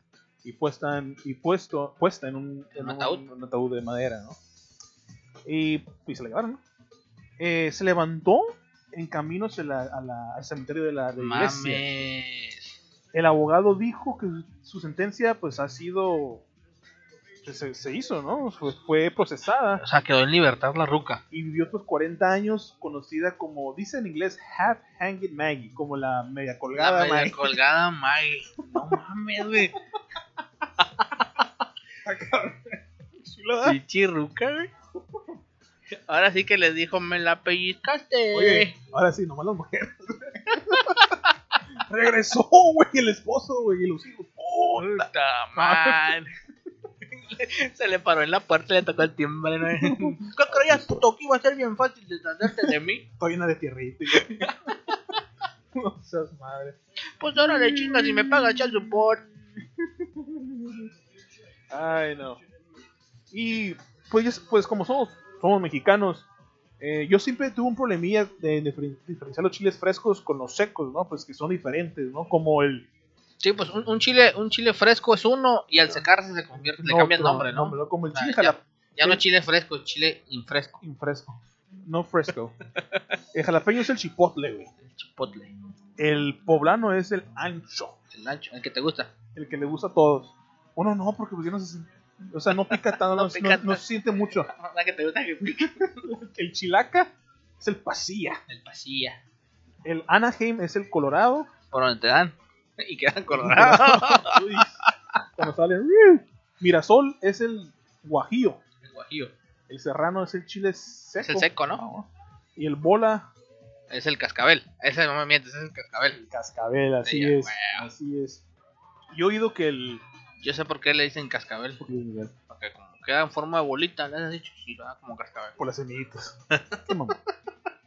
y puesta en, y puesto, puesta en un,
¿En
en
un ataúd?
un ataúd de madera, ¿no? Y, y se la llevaron, ¿no? Eh, se levantó en camino hacia la- a la- al cementerio de la de iglesia.
Mames.
El abogado dijo que su, su sentencia pues ha sido... pues, Se, se hizo, ¿no? Fue, fue procesada
O sea, quedó en libertad la ruca.
y vivió otros 40 años conocida como, dice en inglés, Half Hanged Maggie, como la media colgada
la media
Maggie.
colgada Maggie. No mames, güey. Pinche ruca, güey. Ahora sí que les dijo, me la pellizcaste.
Oye, ahora sí, nomás las mujeres. Regresó, güey, el esposo, güey, y los hijos. Oh,
Puta madre. Se le paró en la puerta y le tocó el timbre. ¿no? ¿Qué creías, puto? Que iba a ser bien fácil deshacerte de mí.
está llena de tierrita. güey. no seas madre.
Pues ahora le chingas y me pagas el support.
Ay, no. Y pues, pues como somos, somos mexicanos, eh, yo siempre tuve un problemilla de diferen- diferenciar los chiles frescos con los secos, ¿no? Pues que son diferentes, ¿no? Como el...
Sí, pues un, un chile un chile fresco es uno y al secarse se convierte, le
no,
cambia el
no,
nombre, ¿no?
Como el
Ah,
chile
ya.
jala-
Ya no es chile fresco, es chile infresco.
infresco. No fresco. el jalapeño es el chipotle, güey.
El chipotle,
El poblano es el ancho,
el ancho, el que te gusta.
el que le gusta a todos. Bueno, no, porque pues ya no se sien- O sea, no pica tanto, no,
No pica
no- no se siente mucho.
La Ah, que te gusta que pique.
El chilaca es el pasilla.
El pasilla.
El Anaheim es el colorado.
Por donde te dan. Y quedan colorados.
Uy, cuando sale. Mirasol es el guajío.
El guajillo.
El serrano es el chile seco.
Es el seco, ¿no?
Y el bola,
Es el cascabel. Ese no me mientes, ese es el cascabel.
cascabel, así
Sí,
es.
güey.
Así es. Yo he oído que el.
Yo sé por qué le dicen cascabel. Porque como queda en forma de bolita, le hacen así chichita, como cascabel.
Por las semillitas. Qué mamón.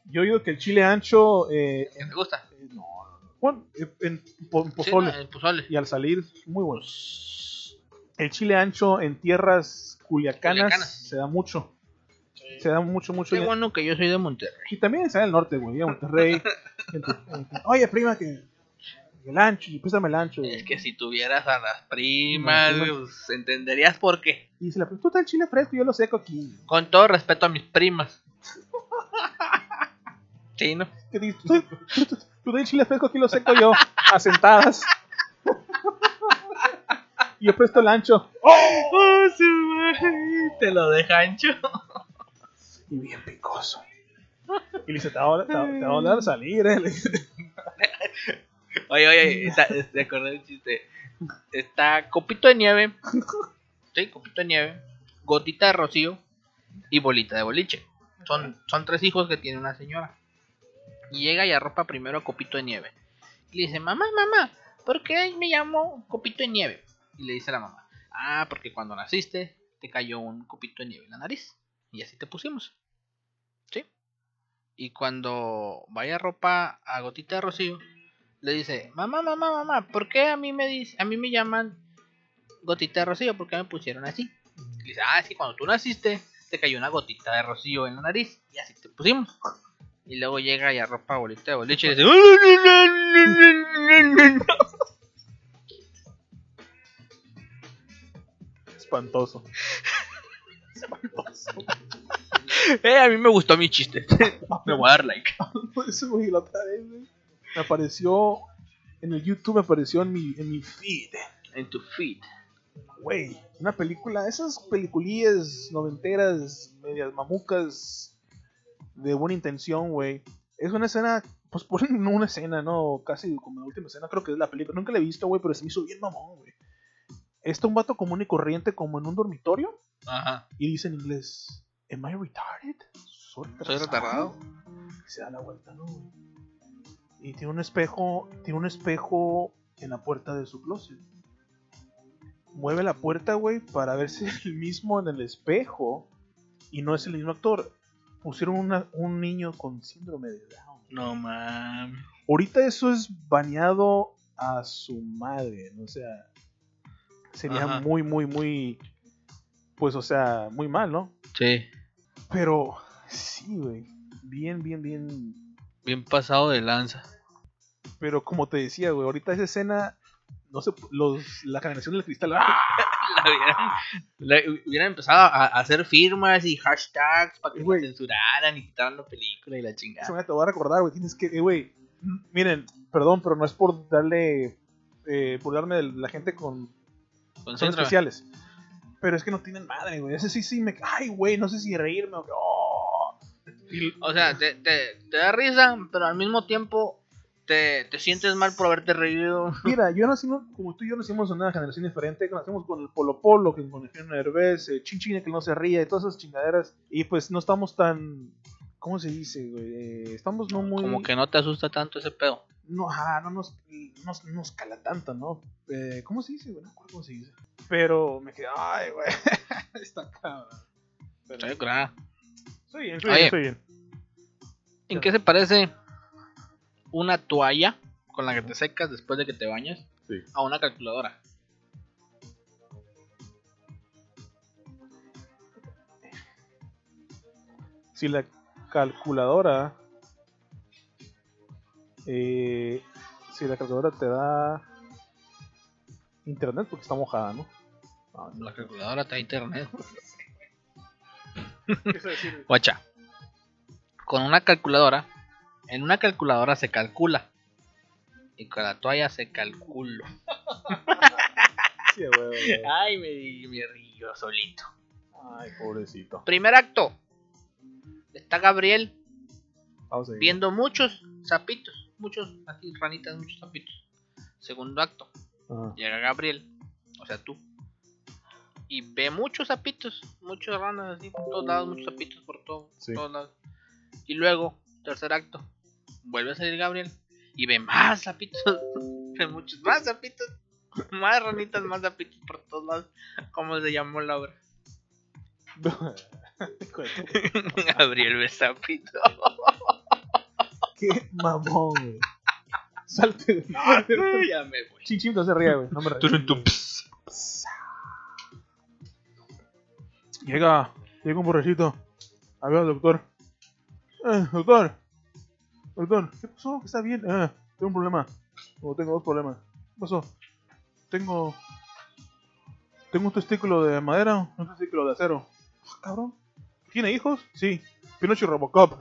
Yo he oído que el chile ancho eh,
¿Qué te gusta?
Eh, No, no, no. Bueno, eh, en, po- en
Sí,
pozole.
no, el Pues, pozole.
Y al salir, muy bueno. El chile ancho en tierras culiacanas
Culiacanas.
se da mucho. Se da mucho, mucho.
Qué bueno que yo soy de Monterrey.
Y también se da en el norte, güey, en Monterrey. En tu- en tu- Oye, prima, que. El ancho, y préstame el ancho.
Es que si tuvieras a las primas,
Imagínate.
pues, entenderías por qué.
Y dice la prima, tú está el chile fresco, yo lo seco aquí.
Con todo respeto a mis primas. Sí, ¿no?
Que dice, tú, tú- tú- tú da el chile fresco, aquí lo seco yo. A sentadas. Y yo presto el ancho.
Oh, su madre, Te lo deja ancho.
y bien picoso. Y le dice, te va, a- te va- te va a dar salir, eh. Le dice,
Oye, oye, está, te acordé del chiste. Está copito de nieve. Sí, copito de nieve. Gotita de rocío. Y bolita de boliche. Son, son tres hijos que tiene una señora. Y llega y arropa primero a copito de nieve. Y le dice, mamá, mamá, ¿por qué me llamo copito de nieve? Y le dice la mamá, ah, porque cuando naciste te cayó un copito de nieve en la nariz. Y así te pusimos. ¿Sí? Y cuando vaya ropa a gotita de rocío, le dice, mamá, mamá, mamá, ¿por qué a mí me dice, a mí me llaman gotita de rocío? ¿Por qué me pusieron así? Y dice, ah, es que cuando tú naciste, te cayó una gotita de rocío en la nariz y así te pusimos. Y luego llega y arropa bolita de boliche y dice,
Espantoso. Espantoso.
Eh, a mí me gustó mi chiste. me voy a dar like.
Pues, güey, la otra vez, güey, Me apareció. En el YouTube me apareció en mi, en mi feed.
En tu feed.
Güey, una película. Esas peliculillas noventeras, medias mamucas. De buena intención, güey. Es una escena. Pues ponen una escena, ¿no? Casi como la última escena, creo que es la película. Nunca la he visto, güey, pero se me hizo bien mamón, güey. Está un vato común y corriente, como en un dormitorio.
Ajá.
Y dice en inglés: ¿Am I retarded? ¿Soy
Soy retardado.
y se da la vuelta, ¿no? güey? Y tiene un espejo, tiene un espejo en la puerta de su closet. Mueve la puerta, güey, para verse el mismo en el espejo y no es el mismo actor. Pusieron una- un niño con síndrome de Down.
No mames.
Ahorita eso es baneado a su madre, ¿no? o sea, sería
Ajá.
muy, muy, muy, pues, o sea, muy mal, ¿no?
Sí.
Pero sí, güey, bien, bien, bien
Bien pasado de lanza.
Pero como te decía, güey, ahorita esa escena, no sé, los, la generación del cristal, ¡ah!
La hubieran, la hubieran empezado a, a hacer firmas y hashtags para que
Güey.
la censuraran y quitaran la película y la
se
chingada.
me te voy a recordar, güey, tienes que, eh, güey, m- miren, perdón, pero no es por darle, eh, burlarme de la gente con son
Concéntrame.
especiales, pero es que no tienen madre, güey, ese sí, sí, me, ay, güey, no sé si reírme o qué, ¡oh!
O sea, te, te, te da risa, pero al mismo tiempo te, te sientes mal por haberte reído.
Mira, yo nací, en- como tú y yo nacimos en una generación diferente, que nacimos con el Polo Polo, que con el Eugenio Derbez, eh, Chin China que no se ría, y todas esas chingaderas, y pues no estamos tan, ¿cómo se dice, güey? Eh, estamos no muy...
Como que no te asusta tanto ese pedo.
no, ajá, no nos, nos, nos cala tanto, ¿no? Eh, ¿Cómo se dice, güey? No me acuerdo cómo se dice. Pero me quedé, ay, güey, está cabrón. Pero,
Estoy curada.
estoy bien, estoy bien,
Oye.
estoy bien.
¿En qué se parece una toalla con la que te secas después de que te bañas
Sí.
a una calculadora?
Si la calculadora... eh, si la calculadora te da internet porque está mojada, ¿no? Ah,
La calculadora te da internet.
¿Qué se decir?
Guacha. Con una calculadora, en una calculadora se calcula. Y con la toalla se calculo.
Sí, güey, güey.
Ay, me, me río solito.
Ay, pobrecito.
Primer acto. Está Gabriel
Vamos a seguir.
viendo muchos sapitos. Muchos, así, ranitas, muchos sapitos. Segundo acto.
Ajá.
Llega Gabriel, o sea tú, y ve muchos sapitos, muchas ranas así por todos lados, muchos sapitos por todo,
Sí.
todos lados. Y luego, tercer acto, vuelve a salir Gabriel y ve más sapitos, ve muchos más sapitos, más ranitas, más sapitos por todos lados, como se llamó la obra.
Hijo de tu-
Gabriel ve sapitos.
Qué mamón, güey. Salte, güey.
ya me voy.
Chin Chin no se ría, güey. No me río. Llega, llega un borrachito. A ver, doctor. Eh, doctor. Doctor, ¿qué pasó? ¿Qué está bien? Eh, tengo un problema. O tengo dos problemas. ¿Qué pasó? Tengo. Tengo un testículo de madera, un testículo de acero. Ah, cabrón. ¿Tiene hijos? Sí. Pinocho y Robocop.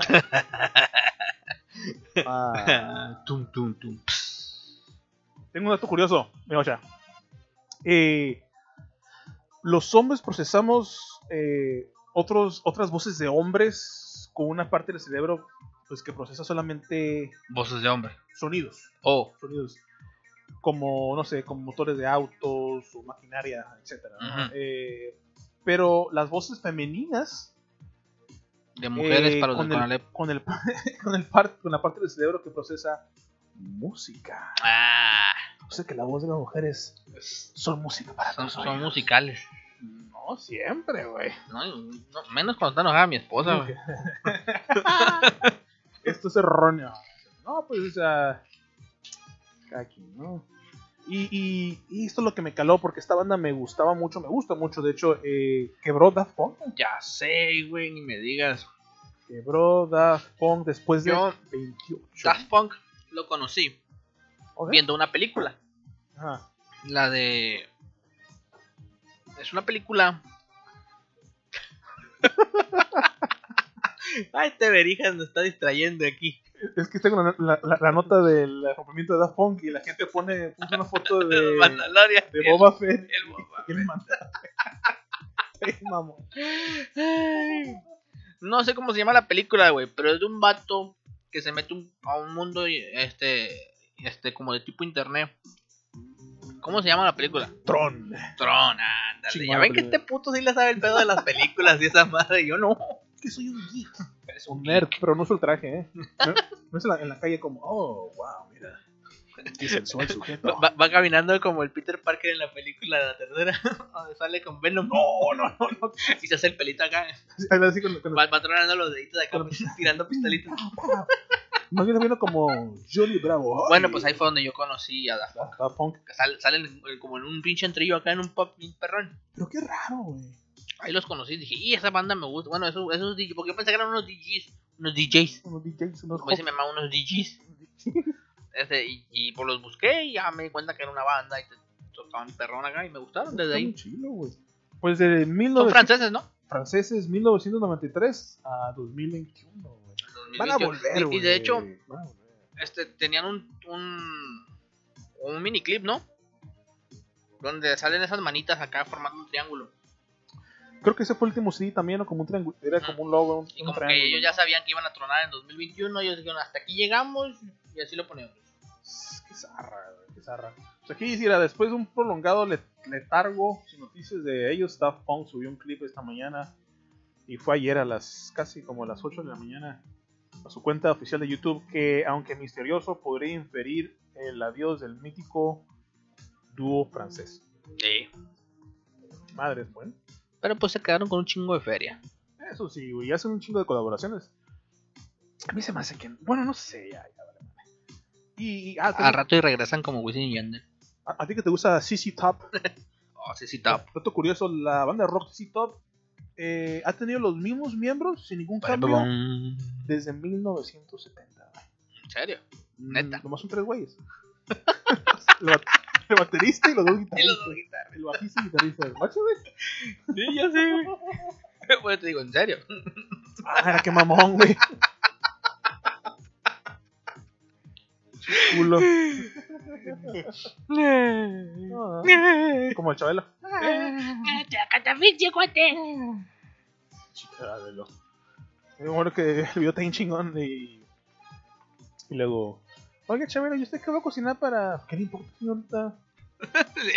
Ah.
tum, tum, tum.
Tengo un dato curioso. Mira, ya. Eh, los hombres procesamos eh, otros, otras voces de hombres con una parte del cerebro pues, que procesa solamente
Voces de hombre.
sonidos.
Oh,
Sonidos. Como, no sé, como motores de autos o maquinaria, etc.
Ujú.
pero las voces femeninas
de mujeres
eh,
para los
con,
de
el,
Conalep.
con, el, con, el par- con la parte del cerebro que procesa música.
Ah,
O sea Pues que la voz de las mujeres son música para
son-
tus
son
oídos.
musicales.
No siempre, güey.
No, no, menos cuando está enojada mi esposa, güey.
Esto es erróneo. No, pues, o sea. Aquí, ¿no? Y, y- y esto es lo que me caló, porque esta banda me gustaba mucho, me gusta mucho. De hecho, eh, quebró Daft Punk.
Ya sé, güey, ni me digas.
Quebró Daft Punk después de
Yo-
28.
Daft Punk lo conocí
Ok.
viendo una película.
Ajá.
La de. Es una película. Ay, te verijas, me está distrayendo aquí.
Es que está con la, la- la- la nota del acompañamiento de Daft Punk y la gente pone, puso una foto de,
Eh,
de
Mandalorian. el-
Boba Fett.
el Boba
y el manda- Ay, mamón.
Ay. No sé cómo se llama la película, güey, pero es de un vato que se mete un- a un mundo y, este este como de tipo internet. ¿Cómo se llama la película?
Tron.
Tron, ándale.
Chingón,
ya ven que
película.
este puto sí le sabe el pedo de las películas y esa madre, yo no.
Que soy un geek. Es un nerd, pero no uso el traje, ¿eh? No, no es en la, en la calle como, oh, wow, mira. Qué sensual
Va,
sujeto.
va- va caminando como el Peter Parker en la película de la tercera, donde sale con Venom. No, no, no, no. Y se hace el pelito acá.
Así con- con-
Va, va tronando los deditos de acá, pues, tirando pistolitas.
Más bien viendo como Johnny Bravo.
Bueno, pues ahí fue donde yo conocí a Daft Punk.
Daft Punk.
Sal- salen en- como en un pinche entrillo acá en un pop bien perrón.
Pero qué raro, güey.
Ahí los conocí y dije, y esa banda me gusta. Bueno, esos, esos DJs, porque yo pensé que eran unos DJs, unos DJs,
Unos DJs, unos
como dice mi mamá, unos DJs. Este, y, y pues los busqué y ya me di cuenta que era una banda y te- tocaban perrón acá y me gustaron desde ahí.
Chilo, güey. Pues de
Son
1900
franceses, ¿no?
franceses 1993 a 2021, güey. Van a
2021.
volver,
Y-
güey.
Y de hecho,
Van a volver.
este, tenían un, un, un miniclip, ¿no? Donde salen esas manitas acá formando un triángulo.
creo que ese fue el último CD también, o como un triángulo, era como un logo, un,
Y
un
como que
triángulo.
ellos ya sabían que iban a tronar en 2021, ellos dijeron, hasta aquí llegamos y así lo ponemos.
Qué zarra, güey, qué zarra. O sea, ¿qué hiciera? Después de un prolongado let- letargo, sin noticias de ellos, Daft Punk subió un clip esta mañana y fue ayer a las casi como a las 8 de la mañana a su cuenta oficial de YouTube que, aunque misterioso, podría inferir el adiós del mítico dúo francés.
Sí.
Madres, bueno.
Pero pues se quedaron con un chingo de feria.
Eso sí, güey, hacen un chingo de colaboraciones. A mí se me hace que... Bueno, no sé, ya, ya, vale, madre. Y, y- ah,
Al
también-
rato y regresan como Wisin y Yandel.
a, a ti que te gusta CC Top,
Oh, sí, sí, tap.
Dato curioso, la banda de rock CC Top eh, ha tenido los mismos miembros sin ningún cambio
¿En
desde 1970. güey.
serio?
Mm,
Neta.
Nomás son tres güeyes. el, bat- el baterista y los dos guitarristas.
guitarras.
El bajista y guitarrista. Guacha, güey.
Sí, ya sé, güey. Bueno, te digo, ¿en serio?
Ah, qué mamón, güey. Culo. No, Como el Chabelo. Chabelo. Me acuerdo que el video está bien chingón y. Y luego. Oiga, Chabelo, ¿y usted qué va a cocinar para.? ¿Qué le importa, señorita?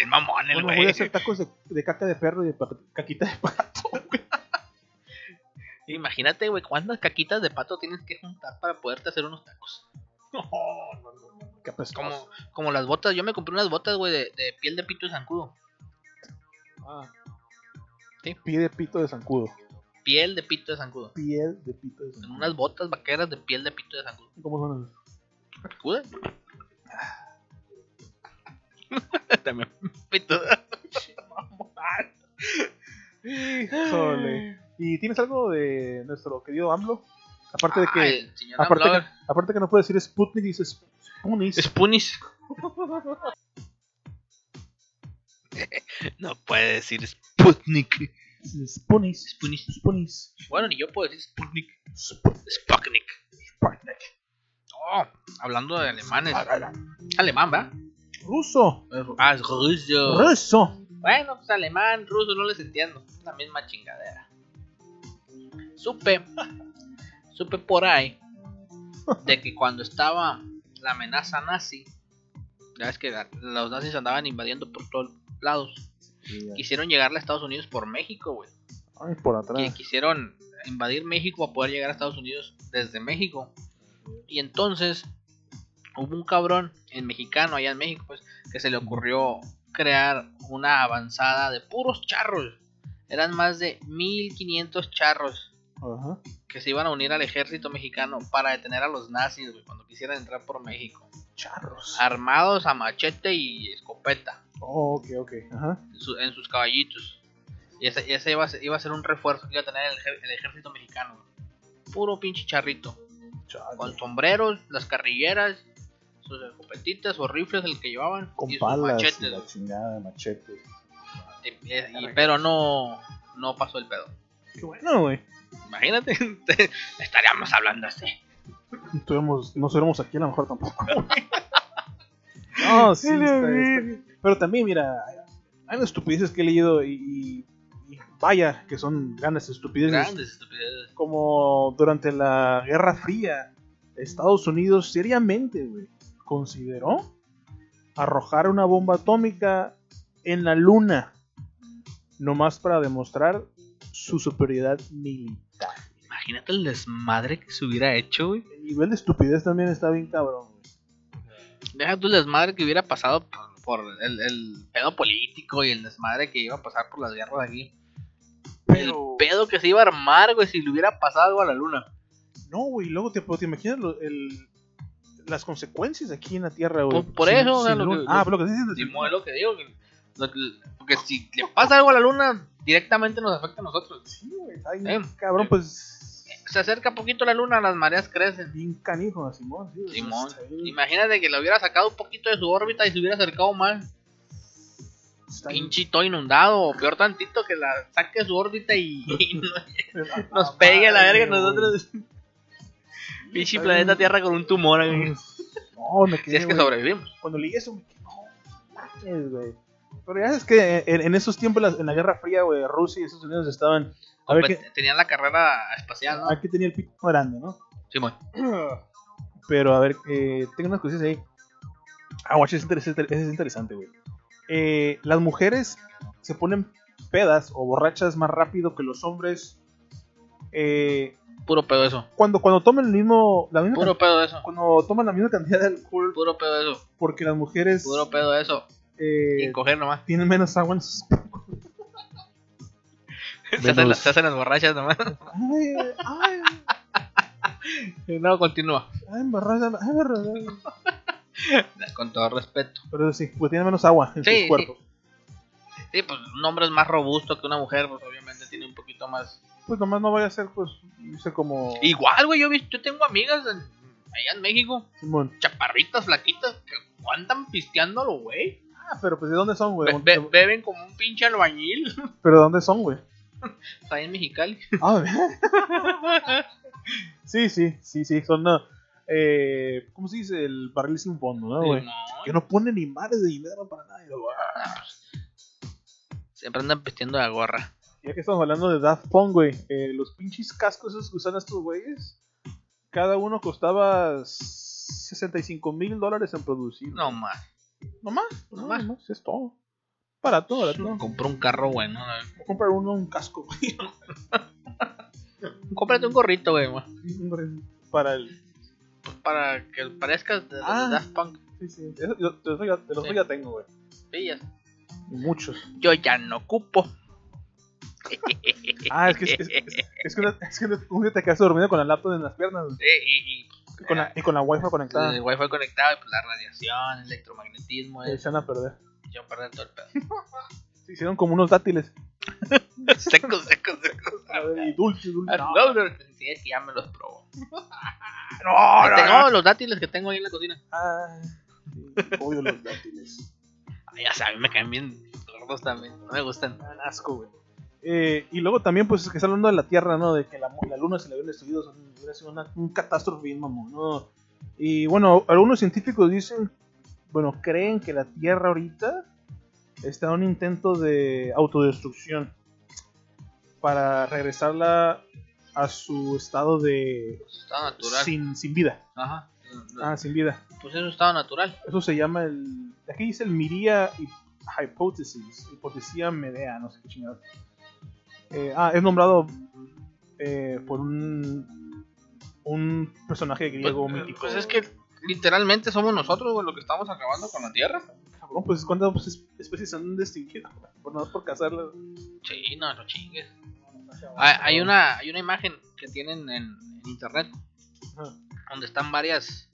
El mamón, el
Bueno, voy a
güey.
hacer tacos de, de caca de perro y de pa- caquita de pato.
Imagínate, güey, cuántas caquitas de pato tienes que juntar para poderte hacer unos tacos.
No, no, no. Qué apestoso.
Como, como las botas. Yo me compré unas botas, güey, de, de piel de pito de zancudo.
Ah.
Sí.
Pie de pito de zancudo.
Piel de pito de zancudo.
Piel de pito de zancudo.
Unas botas vaqueras de piel de pito de zancudo.
¿Cómo son esas?
¿Picuda? También pito.
Híjole. ¿Y tienes algo de nuestro querido AMLO? Aparte de
Ah,
que.
el señor
Aparte
Amblor.
que, aparte que no puede decir Sputnik, dice Spunis.
Spoonies. no puede decir Sputnik.
Spunis. Spunis. Spunis.
Bueno, ni yo puedo decir Sputnik.
Sputnik.
Sputnik. Oh, hablando de alemanes. Alemán, ¿verdad?
Ruso.
Ah, es ruso.
Ruso.
Bueno, pues alemán, ruso, no les entiendo. La misma chingadera. Supe, supe por ahí de que cuando estaba la amenaza nazi, ya ves que la- los nazis andaban invadiendo por todos lados. Quisieron llegarle a Estados Unidos por México, güey.
Ay, Ah, por
Que
atrás.
quisieron invadir México para poder llegar a Estados Unidos desde México. Y entonces hubo un cabrón, en mexicano allá en México, pues, que se le ocurrió crear una avanzada de puros charros. Eran más de 1500 charros
Ajá.
que se iban a unir al ejército mexicano para detener a los nazis, güey, cuando quisieran entrar por México.
Charros.
Ah,
Armados a machete y escopeta
Oh, ok, ok. Ajá.
en, su- en sus caballitos. Y ese, y ese iba, a ser, iba a ser un refuerzo que iba a tener el, ejer- el ejército mexicano. güey. Puro pinche charrito.
Charros.
Con sombreros, las carrilleras, sus escopetitas o rifles, el que llevaban.
Con
y sus
palas.
machetes.
y la chingada, machetes.
güey. Y- y- pero no, no pasó el pedo.
Qué bueno, güey.
Imagínate, te- estaríamos hablando así.
Estuviéramos- no estuviéramos aquí a lo mejor tampoco. güey. no, sí. está- está- Pero también, mira, hay unas estupideces que he leído y, y- y vaya que son grandes estupideces.
Grandes estupideces.
Como durante la Guerra Fría, Estados Unidos seriamente, güey, consideró arrojar una bomba atómica en la luna. Nomás para demostrar su superioridad militar.
Imagínate el desmadre que se hubiera hecho, güey.
El nivel de estupidez también está bien cabrón, güey.
Deja tú el desmadre que hubiera pasado por, por el, el pedo político y el desmadre que iba a pasar por las guerras aquí.
Pero-
El pedo que se iba a armar, güey, si le hubiera pasado algo a la luna.
No, güey, luego te, te imaginas lo- el- las consecuencias aquí en la Tierra, güey.
Pues por
Sin-
eso, o sea,
sin
lo
luna.
que-
Ah,
lo-
pero lo que dices de-
Simón, es lo que digo. que- lo que- porque si le pasa algo a la luna, directamente nos afecta a nosotros.
Sí, güey, está bien,
Eh,
cabrón,
eh.
pues.
Se acerca poquito la luna, las mareas crecen.
Bien canijo a Simón, sí, güey,
Simón,
está bien-
imagínate que lo hubiera sacado un poquito de su órbita y se hubiera acercado más.
está bien-
Pinche todo inundado, o peor tantito que la saque de su órbita y, y
Ah,
nos pegue a la
madre,
verga
güey.
nosotros. Pinche
está
planeta
bien.
Tierra con un tumor, güey.
No, me quedé.
Si es que
güey.
sobrevivimos.
Cuando leí eso, me quedé. No, mames, güey. Pero ya es que en, en esos tiempos, las- en la Guerra Fría, güey, Rusia y Estados Unidos estaban. A ver,
Pues,
qué-
Tenían la carrera espacial, ¿no?
a ver qué tenía el pico grande, ¿no?
Simón.
Pero a ver, eh, tengo unas cosillas ahí. Ah, guacha, es interesante, es interesante, güey. Eh, las mujeres se ponen pedas o borrachas más rápido que los hombres. eh,
Puro pedo eso.
cuando, cuando toman el mismo. La misma
Puro
can-
pedo eso.
cuando toman la misma cantidad de alcohol,
Puro pedo eso.
porque las mujeres
Puro pedo eso.
eh,
Y coger nomás.
tienen menos agua en sus.
Se hacen, las, se hacen las borrachas nomás.
Ay, ay,
No, continúa.
ay, embarrada, ay, embarrada.
Con todo respeto.
Pero sí, pues tienen menos agua en
Sí, sí.
sus cuerpos.
Sí, pues un hombre es más robusto que una mujer, pues obviamente tiene un poquito más.
Pues nomás no vaya a ser, pues, no sé como.
Igual, güey, yo, he visto- yo tengo amigas en- allá en México,
Simón.
chaparritas, flaquitas, que andan pisteándolo, güey.
Ah, pero pues, ¿de dónde son, güey?
Be- be- beben como un pinche albañil.
¿Pero de dónde son, güey?
Está ahí en Mexicali.
Ah, sí, sí, sí, sí, son. ah, eh, ¿Cómo se dice? El barril sin fondo, ¿no, güey?
Simón.
Que no ponen ni mares de dinero para nadie. güey.
Siempre andan pisteando de gorra.
Ya que estamos hablando de Daft Punk, güey. eh, los pinches cascos esos que usan estos güeyes, cada uno costaba 65 mil dólares en producir.
No más.
no más, no
nomás.
más, es todo. Barato, barato.
Compró un carro bueno. la verdad.
Comprar uno un casco, güey.
Cómprate un gorrito, güey. güey,
Para el
pues, para que parezcas de, de
Ah.
Daft Punk.
Sí, sí. Eso, yo, de eso ya, de los
Sí.
ya tengo, güey.
Sí, ya-
Muchos.
Yo ya no ocupo.
Ah, es que, es, es, es- es que, una- es que un día te quedaste dormido con la laptop en las piernas güey,
Sí, y- y
y con la, y con la wifi conectada.
el wifi conectado y pues la radiación, el electromagnetismo,
Se
eso,
van a perder.
yo perdí todo el pedo.
Se hicieron como unos dátiles.
seco, seco, seco.
A ver, y dulce, dulce.
Ah, No, no, sí, es que ya me los probó.
no,
Este,
no.
no, los dátiles que tengo ahí en la cocina.
Ah, sí, odio los dátiles.
Ay, ya sabes, me caen bien gordos también, no me gustan.
Me dan asco, güey. Eh, y luego también, pues, es que está hablando de la Tierra, ¿no? De que la, la Luna se le habían destruido, son- hubiera sido una, un catástrofe bien mamón, ¿no? Y bueno, algunos científicos dicen, bueno, creen que la Tierra ahorita está en un intento de autodestrucción para regresarla a su estado de...
Pues, estado natural.
Sin, sin vida.
Ajá. No, no,
Ah, sin vida.
Pues es un estado natural.
Eso se llama el. Aquí dice el Miria Hypothesis. Hipotesía Medea, no sé qué chingada. Eh, ah, es nombrado eh, por un. Un personaje griego
pues,
mítico.
pues es que literalmente somos nosotros, güey, lo que estamos acabando con la tierra.
Cabrón, pues cuántas pues, es- especies se han distinguido. Por nada más por cazarlas.
Sí, no, no chingues. Hay, hay una, hay una imagen que tienen en, en internet
Ajá.
donde están varias,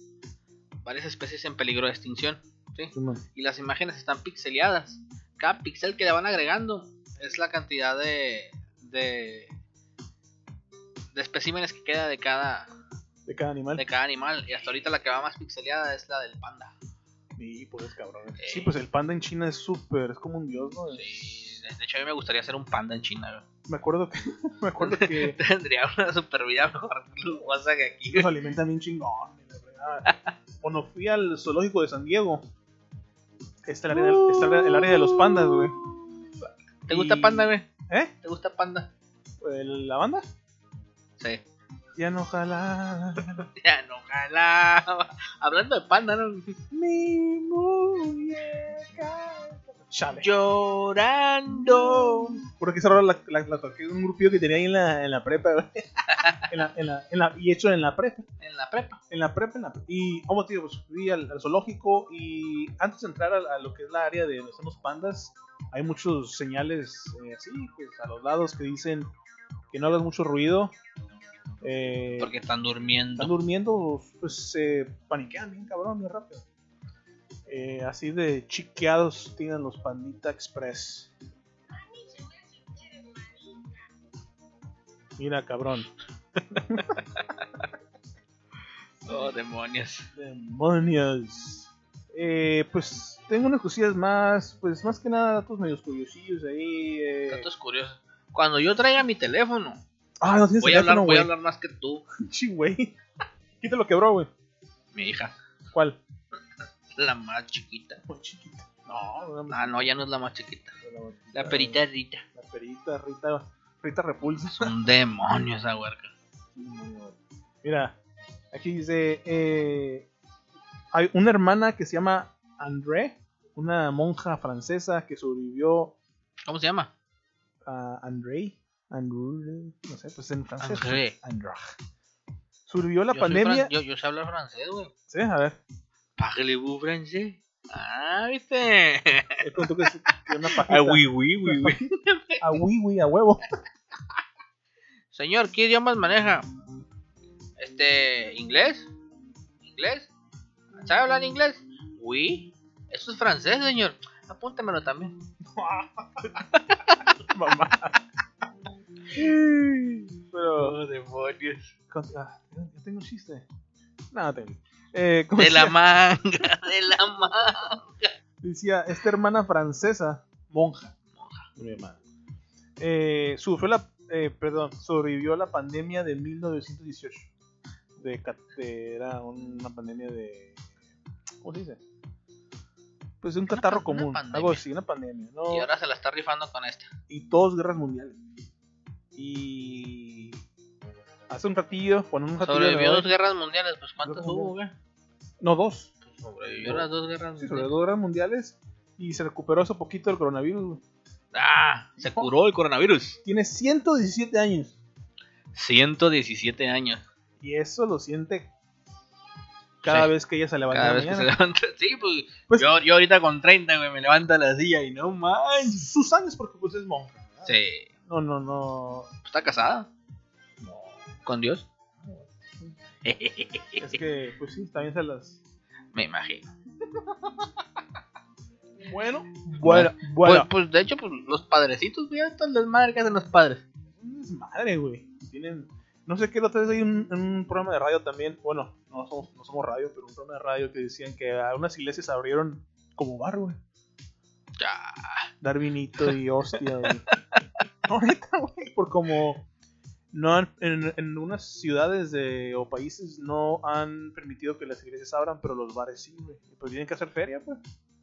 varias especies en peligro de extinción. ¿sí?
Simón.
y las imágenes están pixeleadas. Cada pixel que le van agregando es la cantidad de de, de especímenes que queda de cada
De cada animal.
de cada animal y hasta ahorita la que va más pixeleada es la del panda.
Sí, pues cabrón.
Eh.
Sí, pues el panda en China es súper. Es como un dios, ¿no?
Sí, De hecho, a mí me gustaría ser un panda en China, güey.
Me acuerdo que, me acuerdo que
Tendría una super vida mejor que lo WhatsApp que aquí.
los alimentan bien chingón. y la fregada. Cuando fui al zoológico de San Diego, está el área, del- está el área de los pandas, güey.
¿Te gusta
Y-
panda, güey?
¿Eh?
¿Te gusta panda?
¿La banda?
Sí.
Ya no jala
Ya no jalaba. Hablando de panda, ¿no?
mi muñeca. Chale.
Llorando.
Por aquí cerraron la, la, la toqué un grupillo que tenía ahí en la, en la prepa, güey. En la, en la, en la, y hecho en la prepa.
En la prepa.
En la prepa, en la prepa. Y vamos, tío, pues fui al, al zoológico y antes de entrar a, a lo que es la área de donde están los pandas, hay muchos señales eh, así, pues a los lados que dicen que no hagas mucho ruido. Eh,
Porque están durmiendo.
están durmiendo, pues se paniquean bien cabrón, bien rápido. Eh, así de chiqueados tienen los Pandita Express. Mira, cabrón.
Oh, demonios.
Demonios. Eh, pues tengo unas cosillas más, pues más que nada datos medios curiosillos ahí. eh.
Datos curiosos. Cuando yo traiga mi teléfono,
Ah, no tienes
voy a, hablar,
teléfono,
voy a
güey.
hablar más que tú,
Sí, güey. Quítalo quebró, güey.
mi hija.
¿Cuál?
La más chiquita.
Muy chiquito. No, no,
Ah, no, ya no es la más chiquita.
no.
La perita es Rita.
La perita, Rita, Rita repulsa.
Es un demonio esa huerca.
Mira, aquí dice: eh, Hay una hermana que se llama André, una monja francesa que sobrevivió
¿Cómo se llama?
a André. André, no sé, pues en francés.
André.
André. Sobrevivió la
Yo soy fran-
pandemia.
Yo, yo sé hablar francés, güey.
Sí, a ver.
Parlez-vous francés? Ah, ¿viste?
Es como eh, tú que que una pajita.
Ah, oui, oui, oui, oui.
A oui, oui, a huevo.
Señor, ¿qué idiomas maneja? Este, ¿inglés? ¿Inglés? ¿Sabe hablar inglés? Oui. Eso es francés, señor. Apúntemelo también.
Mamá. Pero.
demonios.
con- ah, Yo tengo un chiste. Nada, tengo. Eh, ¿cómo
De
se
la
llama?
manga, de la manga.
Decía, esta hermana francesa, monja, mi hermana, eh, sufrió la, eh, perdón, sobrevivió a la pandemia de 1918. De, cat- de- era una pandemia de... ¿Cómo se dice? Pues de un
Una
catarro
pan- una
común,
pandemia.
algo así, una pandemia, ¿no?
Y ahora se la está rifando con esta.
y dos guerras mundiales. Y... Hace un ratillo, bueno,
Ah,
un ratillo... le
Sobrevivió
doy-
dos guerras mundiales, pues ¿cuántas
Dos
hubo, güey?
No, dos.
Sobrevivió las dos guerras
Sí,
mundiales.
sobre dos guerras mundiales. Y se recuperó hace poquito del coronavirus.
Ah, se curó el coronavirus.
Tiene 117 años.
117 años.
Y eso lo siente cada
Sí.
vez que ella se levanta.
Cada
en la
vez que se
mañana.
levanta. Sí, pues.
Pues-
yo, yo ahorita con 30, güey, me levanto a la silla y no
Ay,
más.
sus años porque pues es monja. ¿verdad?
Sí. pues,
No, no, no.
¿Está casada?
No.
¿Con Dios?
Es que, pues sí, también se las.
me imagino.
Bueno, bueno,
Pues,
bueno.
pues de hecho, pues los padrecitos, güey, todo el desmadre que hacen los padres.
Es madre, güey. Tienen. No sé qué, la otra vez hay un, un programa de radio también. Bueno, no somos, no somos radio, pero un programa de radio que decían que algunas iglesias abrieron como bar, güey.
Ya.
dar vinito y hostia. güey. No, neta, güey, por como no han- en, en unas ciudades de, o países no han permitido que las iglesias abran, pero los bares sí, güey. Y Pues tienen que hacer feria, pues.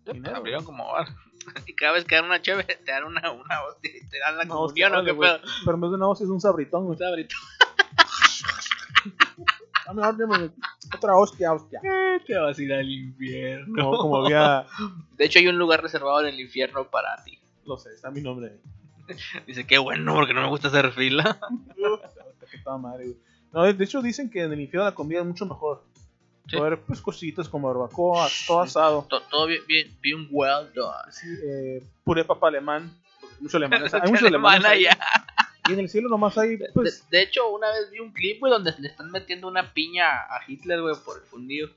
Dinero,
abrieron como bar. Y cada vez que dan una chévere, te dan una, una hostia y te dan la
No, hostia,
comunión, ¿o
vale,
qué
güey.
pedo?
Pero en vez de una hostia es un sabritón, güey. Dame, dame, dame. Otra hostia, hostia.
Te vas a ir al infierno.
No, como había.
De hecho, hay un lugar reservado en el infierno para ti.
No sé, está mi nombre ahí.
Dice, qué bueno, porque no me gusta hacer fila.
Puta, que toda madre, güey. No, de hecho dicen que en el infierno la comida es mucho mejor.
Sí.
Va a haber pues cositas como barbacoa, todo asado.
To- Todo bien, bien, bien well done.
Sí, eh, puré papa alemán. porque Mucho alemán. Hay
Alemana
muchos alemanes. ahí.
ya.
Y en el cielo nomás hay,
De,
pues,
de hecho, una vez vi un clip, güey, donde le están metiendo una piña a Hitler, güey, por el fundido.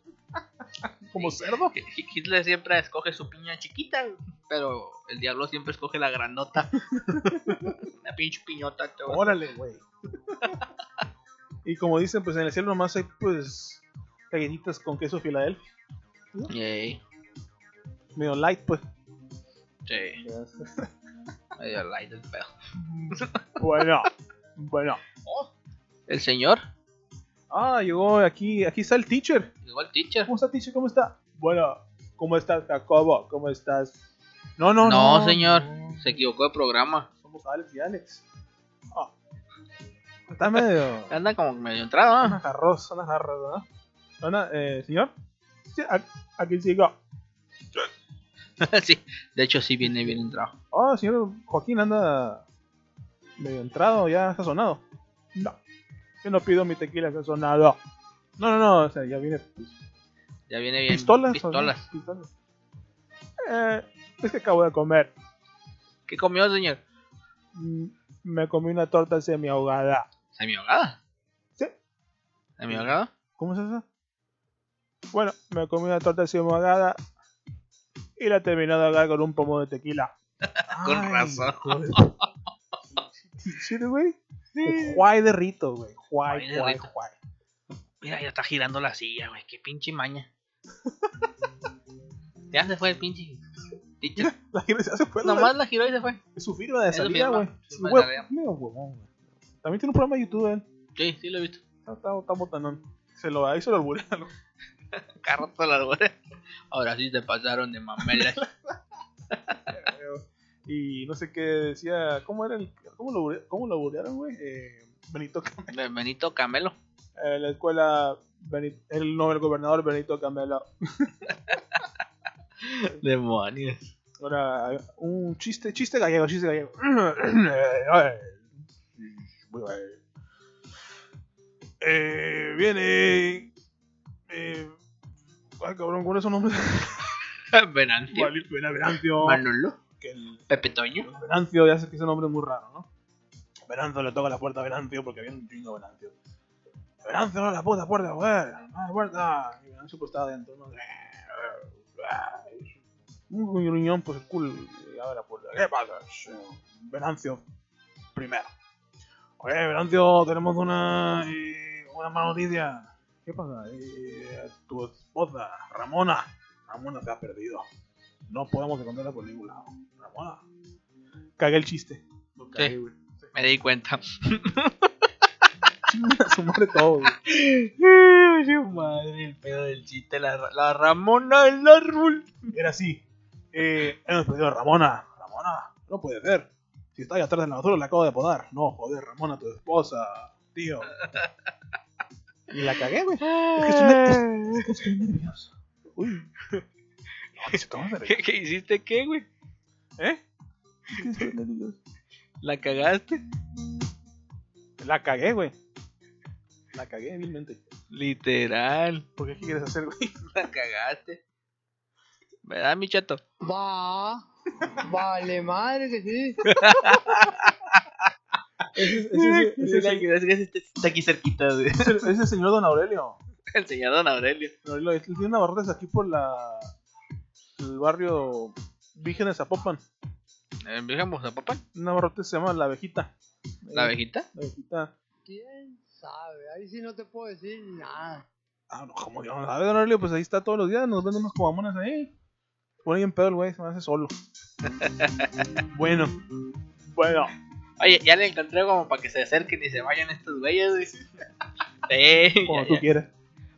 como cerdo.
Hi- Hitler siempre escoge su piña chiquita, güey, pero el diablo siempre escoge la grandota. una pinche piñota, te va-
Órale, güey. y como dicen, pues en el cielo nomás hay, pues, galletitas con queso Filadelfia.
Yey,
Medio light, pues.
sí.
Medio light el pedo.
Bueno, bueno.
El señor,
Ah, llegó aquí, aquí está el teacher.
llegó el teacher.
¿Cómo está, teacher? ¿Cómo está? Bueno, ¿cómo estás, Jacobo? ¿Cómo estás? No, no, no.
No, señor. Se equivocó de programa.
Somos Alex y Alex. Ah. Está medio.
Anda como medio entrado, ¿ah?
Unas jarros, son las jarras, ¿verdad? Ana, eh, señor. Sí, a- aquí sigo.
sí. De hecho, sí viene bien entrado.
Oh, señor Joaquín anda medio entrado, ya sazonado. No, yo no pido mi tequila sazonado. No, no, no, o sea, ya viene pues,
Ya viene bien.
pistolas.
Pistolas.
¿no? Pistolas. Eh, es que acabo de comer.
¿Qué comió, señor?
Mm, Me comí una torta semi ahogada.
¿Semiogada?
Sí.
¿Semiogada?
¿Cómo es eso? Bueno, me comí una torta semi ahogada y la terminé de ahogar con un pomo de tequila.
Con
Ay,
razón.
joder. ¿Sí, güey? Juay de rito, güey. Juay,
Juay de
juay,
rito.
juay.
Mira, ya está girando la silla, güey. Qué pinche maña. ya se fue el pinche teacher.
La gente se hace fue la-
Nomás la giró y se fue.
Es su firma de
Es su
salida,
firma,
güey.
su
Sí,
firma de
güey,
salida.
mira, huevón, güey. También tiene un programa de YouTube, él.
Sí, sí lo he visto.
Está, está, está botanón. Se lo ahí se lo alburean.
Carro toda la hora. Ahora sí te pasaron de mamelas.
Y no sé qué decía. ¿Cómo era el. ¿Cómo lo, albure- cómo lo alburearon, güey? Eh, Benito Cam-
De Benito Camelo.
eh, la escuela. Beni- el, no, el gobernador Benito Camela.
Demonios.
Ahora, un chiste, chiste gallego, chiste gallego. Muy bueno. Eh, viene. Eh, ay, cabrón, ¿cuál es su nombre?
Venancio.
Vale, Ven- Venancio.
Manolo.
Que el
Pepe Toño.
Venancio ya sé que ese nombre es muy raro, ¿no? Venancio le toca la puerta a Venancio porque viene un chingo Venancio. Venancio, no, la puta puerta, joder. No, la puerta. Y Venancio pues estaba adentro, ¿no? Un gruñón, pues el culo. Y abre la puerta. ¿Qué pasa? Venancio, primero. Oye, Venancio, Pues, tenemos una, eh, una mala noticia. ¿Qué pasa? Eh, tu esposa, Ramona. Ramona se ha perdido. No podemos encontrarla por ningún lado. Ramona. Cagué el chiste. Lo
Sí.
güey.
Me di cuenta.
Chinga su madre todo, güey.
oh, Madre, el pedo del chiste. La, la Ramona del árbol.
Era así. Eh, hemos perdido a Ramona. Ramona, no puede ser. Si está ahí atrás de la basura, la acabo de podar. No, joder, Ramona, tu esposa, tío. Y la cagué, güey. Es que estoy, es que estoy nervioso. Uy. No, dice, ¿cómo se
¿Qué, qué hiciste qué, güey?
¿Eh?
¿La cagaste?
La cagué, güey. La cagué vilmente.
Literal.
¿Por qué? ¿Qué quieres hacer, güey?
La cagaste. ¿Verdad, mi chato?
Va. Vale, madre que sí.
Ese, ese- ese- ese-
Está aquí cerquita, güey.
ese- ese señor Don Aurelio.
El señor Don Aurelio.
Don Aurelio, él tiene una barrota aquí por la. El barrio Virgen de Zapopan.
Eh,
¿En Virgen papá?
Una barrota se llama La Abejita.
¿La
Ahí,
abejita?
La Abejita.
¿Quién sabe? Ahí sí no te puedo decir nada.
Ah, no, como yo. A ver, Don Aurelio, pues ahí está todos los días. Nos venden unas cobamonas ahí. Pone bien pedo el güey, se me hace solo. bueno. Bueno.
Oye, ya le encontré como para que se acerquen y se vayan estos güeyes, güey. Sí,
Como
ya,
tú
ya.
quieras.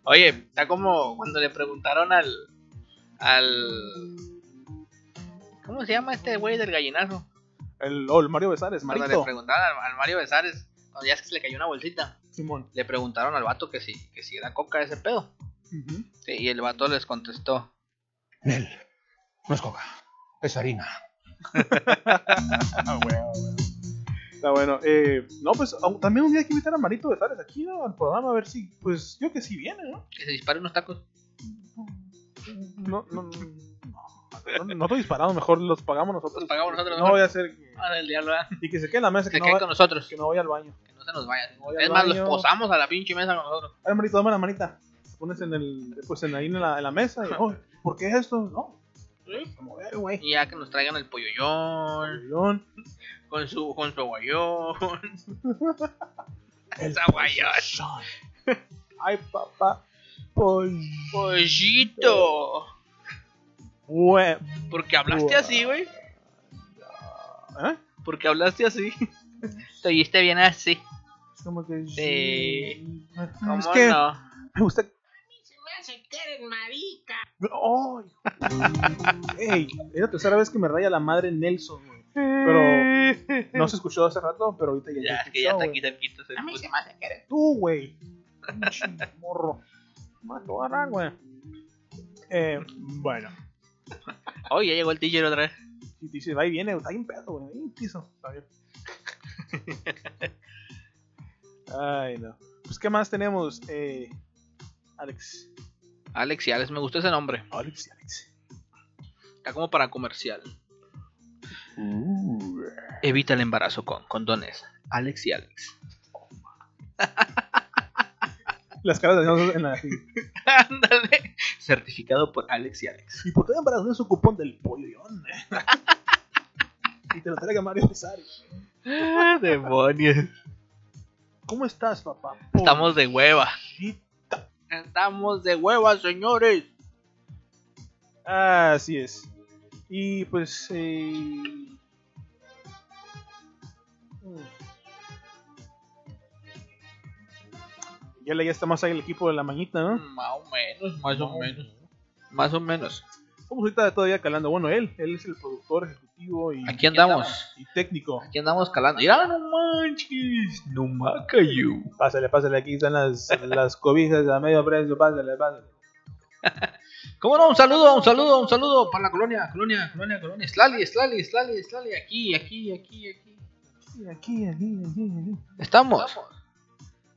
Oye, está como cuando le preguntaron al. al. ¿Cómo se llama este güey del gallinazo?
El, oh, el Mario Besares,
Cuando
Marito.
le preguntaron al, al Mario Besares, cuando ya es que se le cayó una bolsita,
Simón.
le preguntaron al vato que si, que si era coca ese pedo.
Ujú.
Sí, y el vato les contestó.
Nel, no es coca, es harina.
Ah, bueno, bueno. Está bueno. Eh, no, pues au- también un día hay que invitar a Marito Besares aquí ¿no? al programa a ver si, pues yo que sí viene, ¿no?
Que se disparen unos tacos.
No, no, no. No, no estoy disparado, mejor los pagamos nosotros.
Los pagamos nosotros,
No
mejor.
voy a hacer. que-
Ah, del diablo, ¿verdad?
Y que se quede en la mesa,
Que
que,
se
no,
queden
va-
con nosotros.
que no vaya al baño.
Que no se nos vaya.
voy al
Es más, los
baño.
posamos a la pinche mesa con nosotros.
A ver, Marito, dame la manita. Te pones en el, pues en ahí en la, en la mesa y, oh, ¿por qué esto? No. Como ver, güey.
Y ya que nos traigan el polloyón.
Avión.
Con su, con su aguayón.
El
aguayón.
pollo. Ay, papá. Pollo.
Pollito.
Hue-
Porque hablaste así, güey.
¿Eh?
Porque hablaste así.
Te oíste bien así.
Es como que.
Sí.
Es
¿Cómo
que
no?
me gusta.
Se quieren marica.
¡Ay! ¡Ey! Es la tercera vez que me raya la madre Nelson, güey. Pero no se escuchó hace rato, pero ahorita ya,
Ya,
se
es que ya
escuchó,
está
güey.
aquí cerquita. se
A mí
puso.
se me hace que eres
Tú, güey. Pinche morro. Mato a agarrar, güey. Eh, bueno.
Oh, ya llegó el teacher otra vez.
Y dice, va y viene, está bien pedo, güey. Bien tizo. Está bien. Ay, no. Pues, ¿qué más tenemos? Eh, Alex.
Alex y Alex, me gustó ese nombre.
Alex y Alex.
Está como para comercial. Evita el embarazo con condones. Alex y Alex.
Las caras de nosotros en la.
Ándale. Certificado por Alex y Alex.
¿Y por qué embarazó su cupón del pollión? y te lo traiga Mario Cesari.
Ah, Demonios.
¿Cómo estás, papá?
Estamos de hueva. Estamos de hueva, señores.
Ah, Así es. Y pues. Eh... mm. Ya le ya está más ahí el equipo de la mañita, ¿no?
Más o menos, más o menos. Más o menos.
Estamos ahorita todavía calando. Bueno, él, él es el productor ejecutivo y,
Aquí andamos.
y técnico.
Aquí andamos calando. Mira, no manches. No macayo.
Pásale, pásale, aquí están las, las cobijas a medio precio, pásale, pásale.
¿Cómo no? Un saludo, un saludo, un saludo para la colonia, colonia, colonia, colonia. Slali, Slali, Slali, Slali. Aquí, aquí, aquí, aquí.
Sí, Aquí, aquí, aquí, aquí.
Estamos.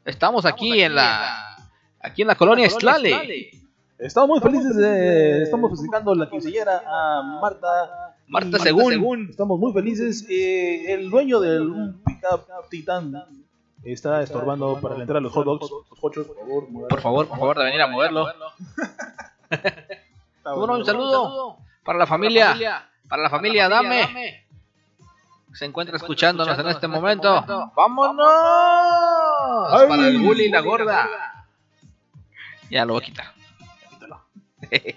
Estamos, aquí, en la. Aquí en la colonia Slali.
Estamos muy felices, de, estamos felicitando la quinceañera a Marta.
Marta
y-
Según.
Estamos muy felices. eh, el dueño del un pickup Titan está estorbando para la entrada de los hot dogs. Los hochos, por favor.
Por favor, por favor, de venir a moverlo. ¿Cómo no? Un saludo para la familia. Para la familia, dame. Se encuentra escuchándonos en este momento. ¡Vámonos!
Ay.
Para el bully y la gorda. Ya lo voy a quitar.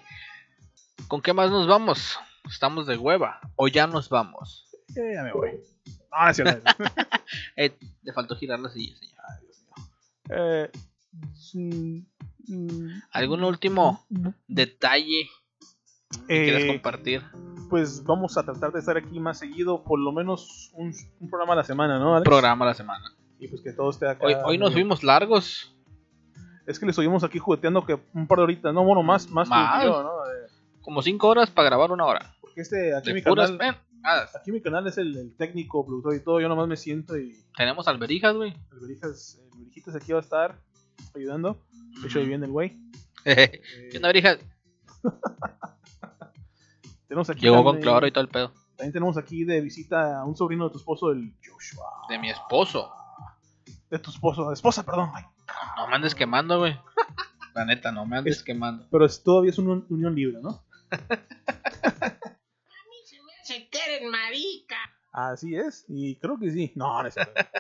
¿Con qué más nos vamos? Estamos de hueva. O ya nos vamos.
Eh, ya me voy. No, es cierto.
Eh, le faltó girar la silla, señor.
Eh, sí, mm,
¿Algún último detalle que quieras
eh,
compartir?
pues vamos a tratar de estar aquí más seguido, por lo menos un, un programa a la semana, ¿no? Alex?
Programa la semana.
Y pues que todo esté acá.
Hoy, hoy nos vimos largos.
Es que le estuvimos aquí jugueteando que un par de horitas, no, bueno, más, más,
Más.
que yo, ¿no? Eh,
Como 5 horas para grabar una hora.
porque este, aquí mi
De puras
canal,
penadas.
aquí mi canal es el, el técnico, productor y todo, yo nomás me siento y
Tenemos alberijas, güey.
el Berijas, el Berjitas eh, aquí va a estar ayudando. De hecho, ahí viene el güey. Eh,
Mm. ¿Qué onda, verija?
tenemos aquí
Llegó con
también-
cloro y todo el pedo.
También tenemos aquí de visita a un sobrino de tu esposo, el Joshua.
De mi esposo.
De tu esposo, esposa, perdón. ay.
No me andes quemando, güey. La neta, no me andes
Es-
quemando.
Pero es- todavía es una un- unión libre, ¿no?
Se quieren marica.
Así es, y creo que sí. No, no es cierto.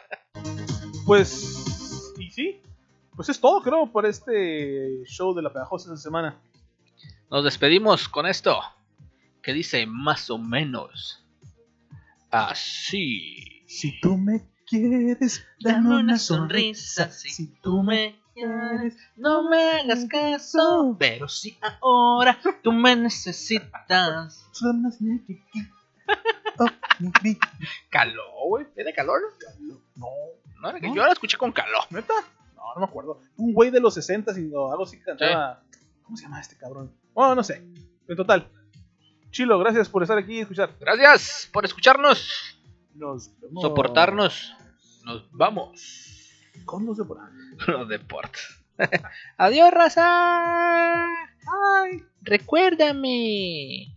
Pues, y sí. Pues es todo, creo, por este show de la pegajosa esta semana.
Nos despedimos con esto. Que dice más o menos. Así.
Si tú me quieres, dame una sonrisa. Si tú me quieres,
No me hagas caso, pero si ahora tú me necesitas.
dame una señal que quieres. Oh, mi vida.
Caló, güey. ¿Era calor?
No,
No, era que yo la escuché con calor.
¿neta? No, no me acuerdo. Un güey de los 60 y o algo así que cantaba. ¿Cómo se llama este cabrón? Bueno, no sé. En total. Chilo, gracias por estar aquí y escuchar.
Gracias por escucharnos,
Nos vemos.
soportarnos. Nos vamos.
Con los deportes.
Los deportes. Adiós, raza. Recuérdame.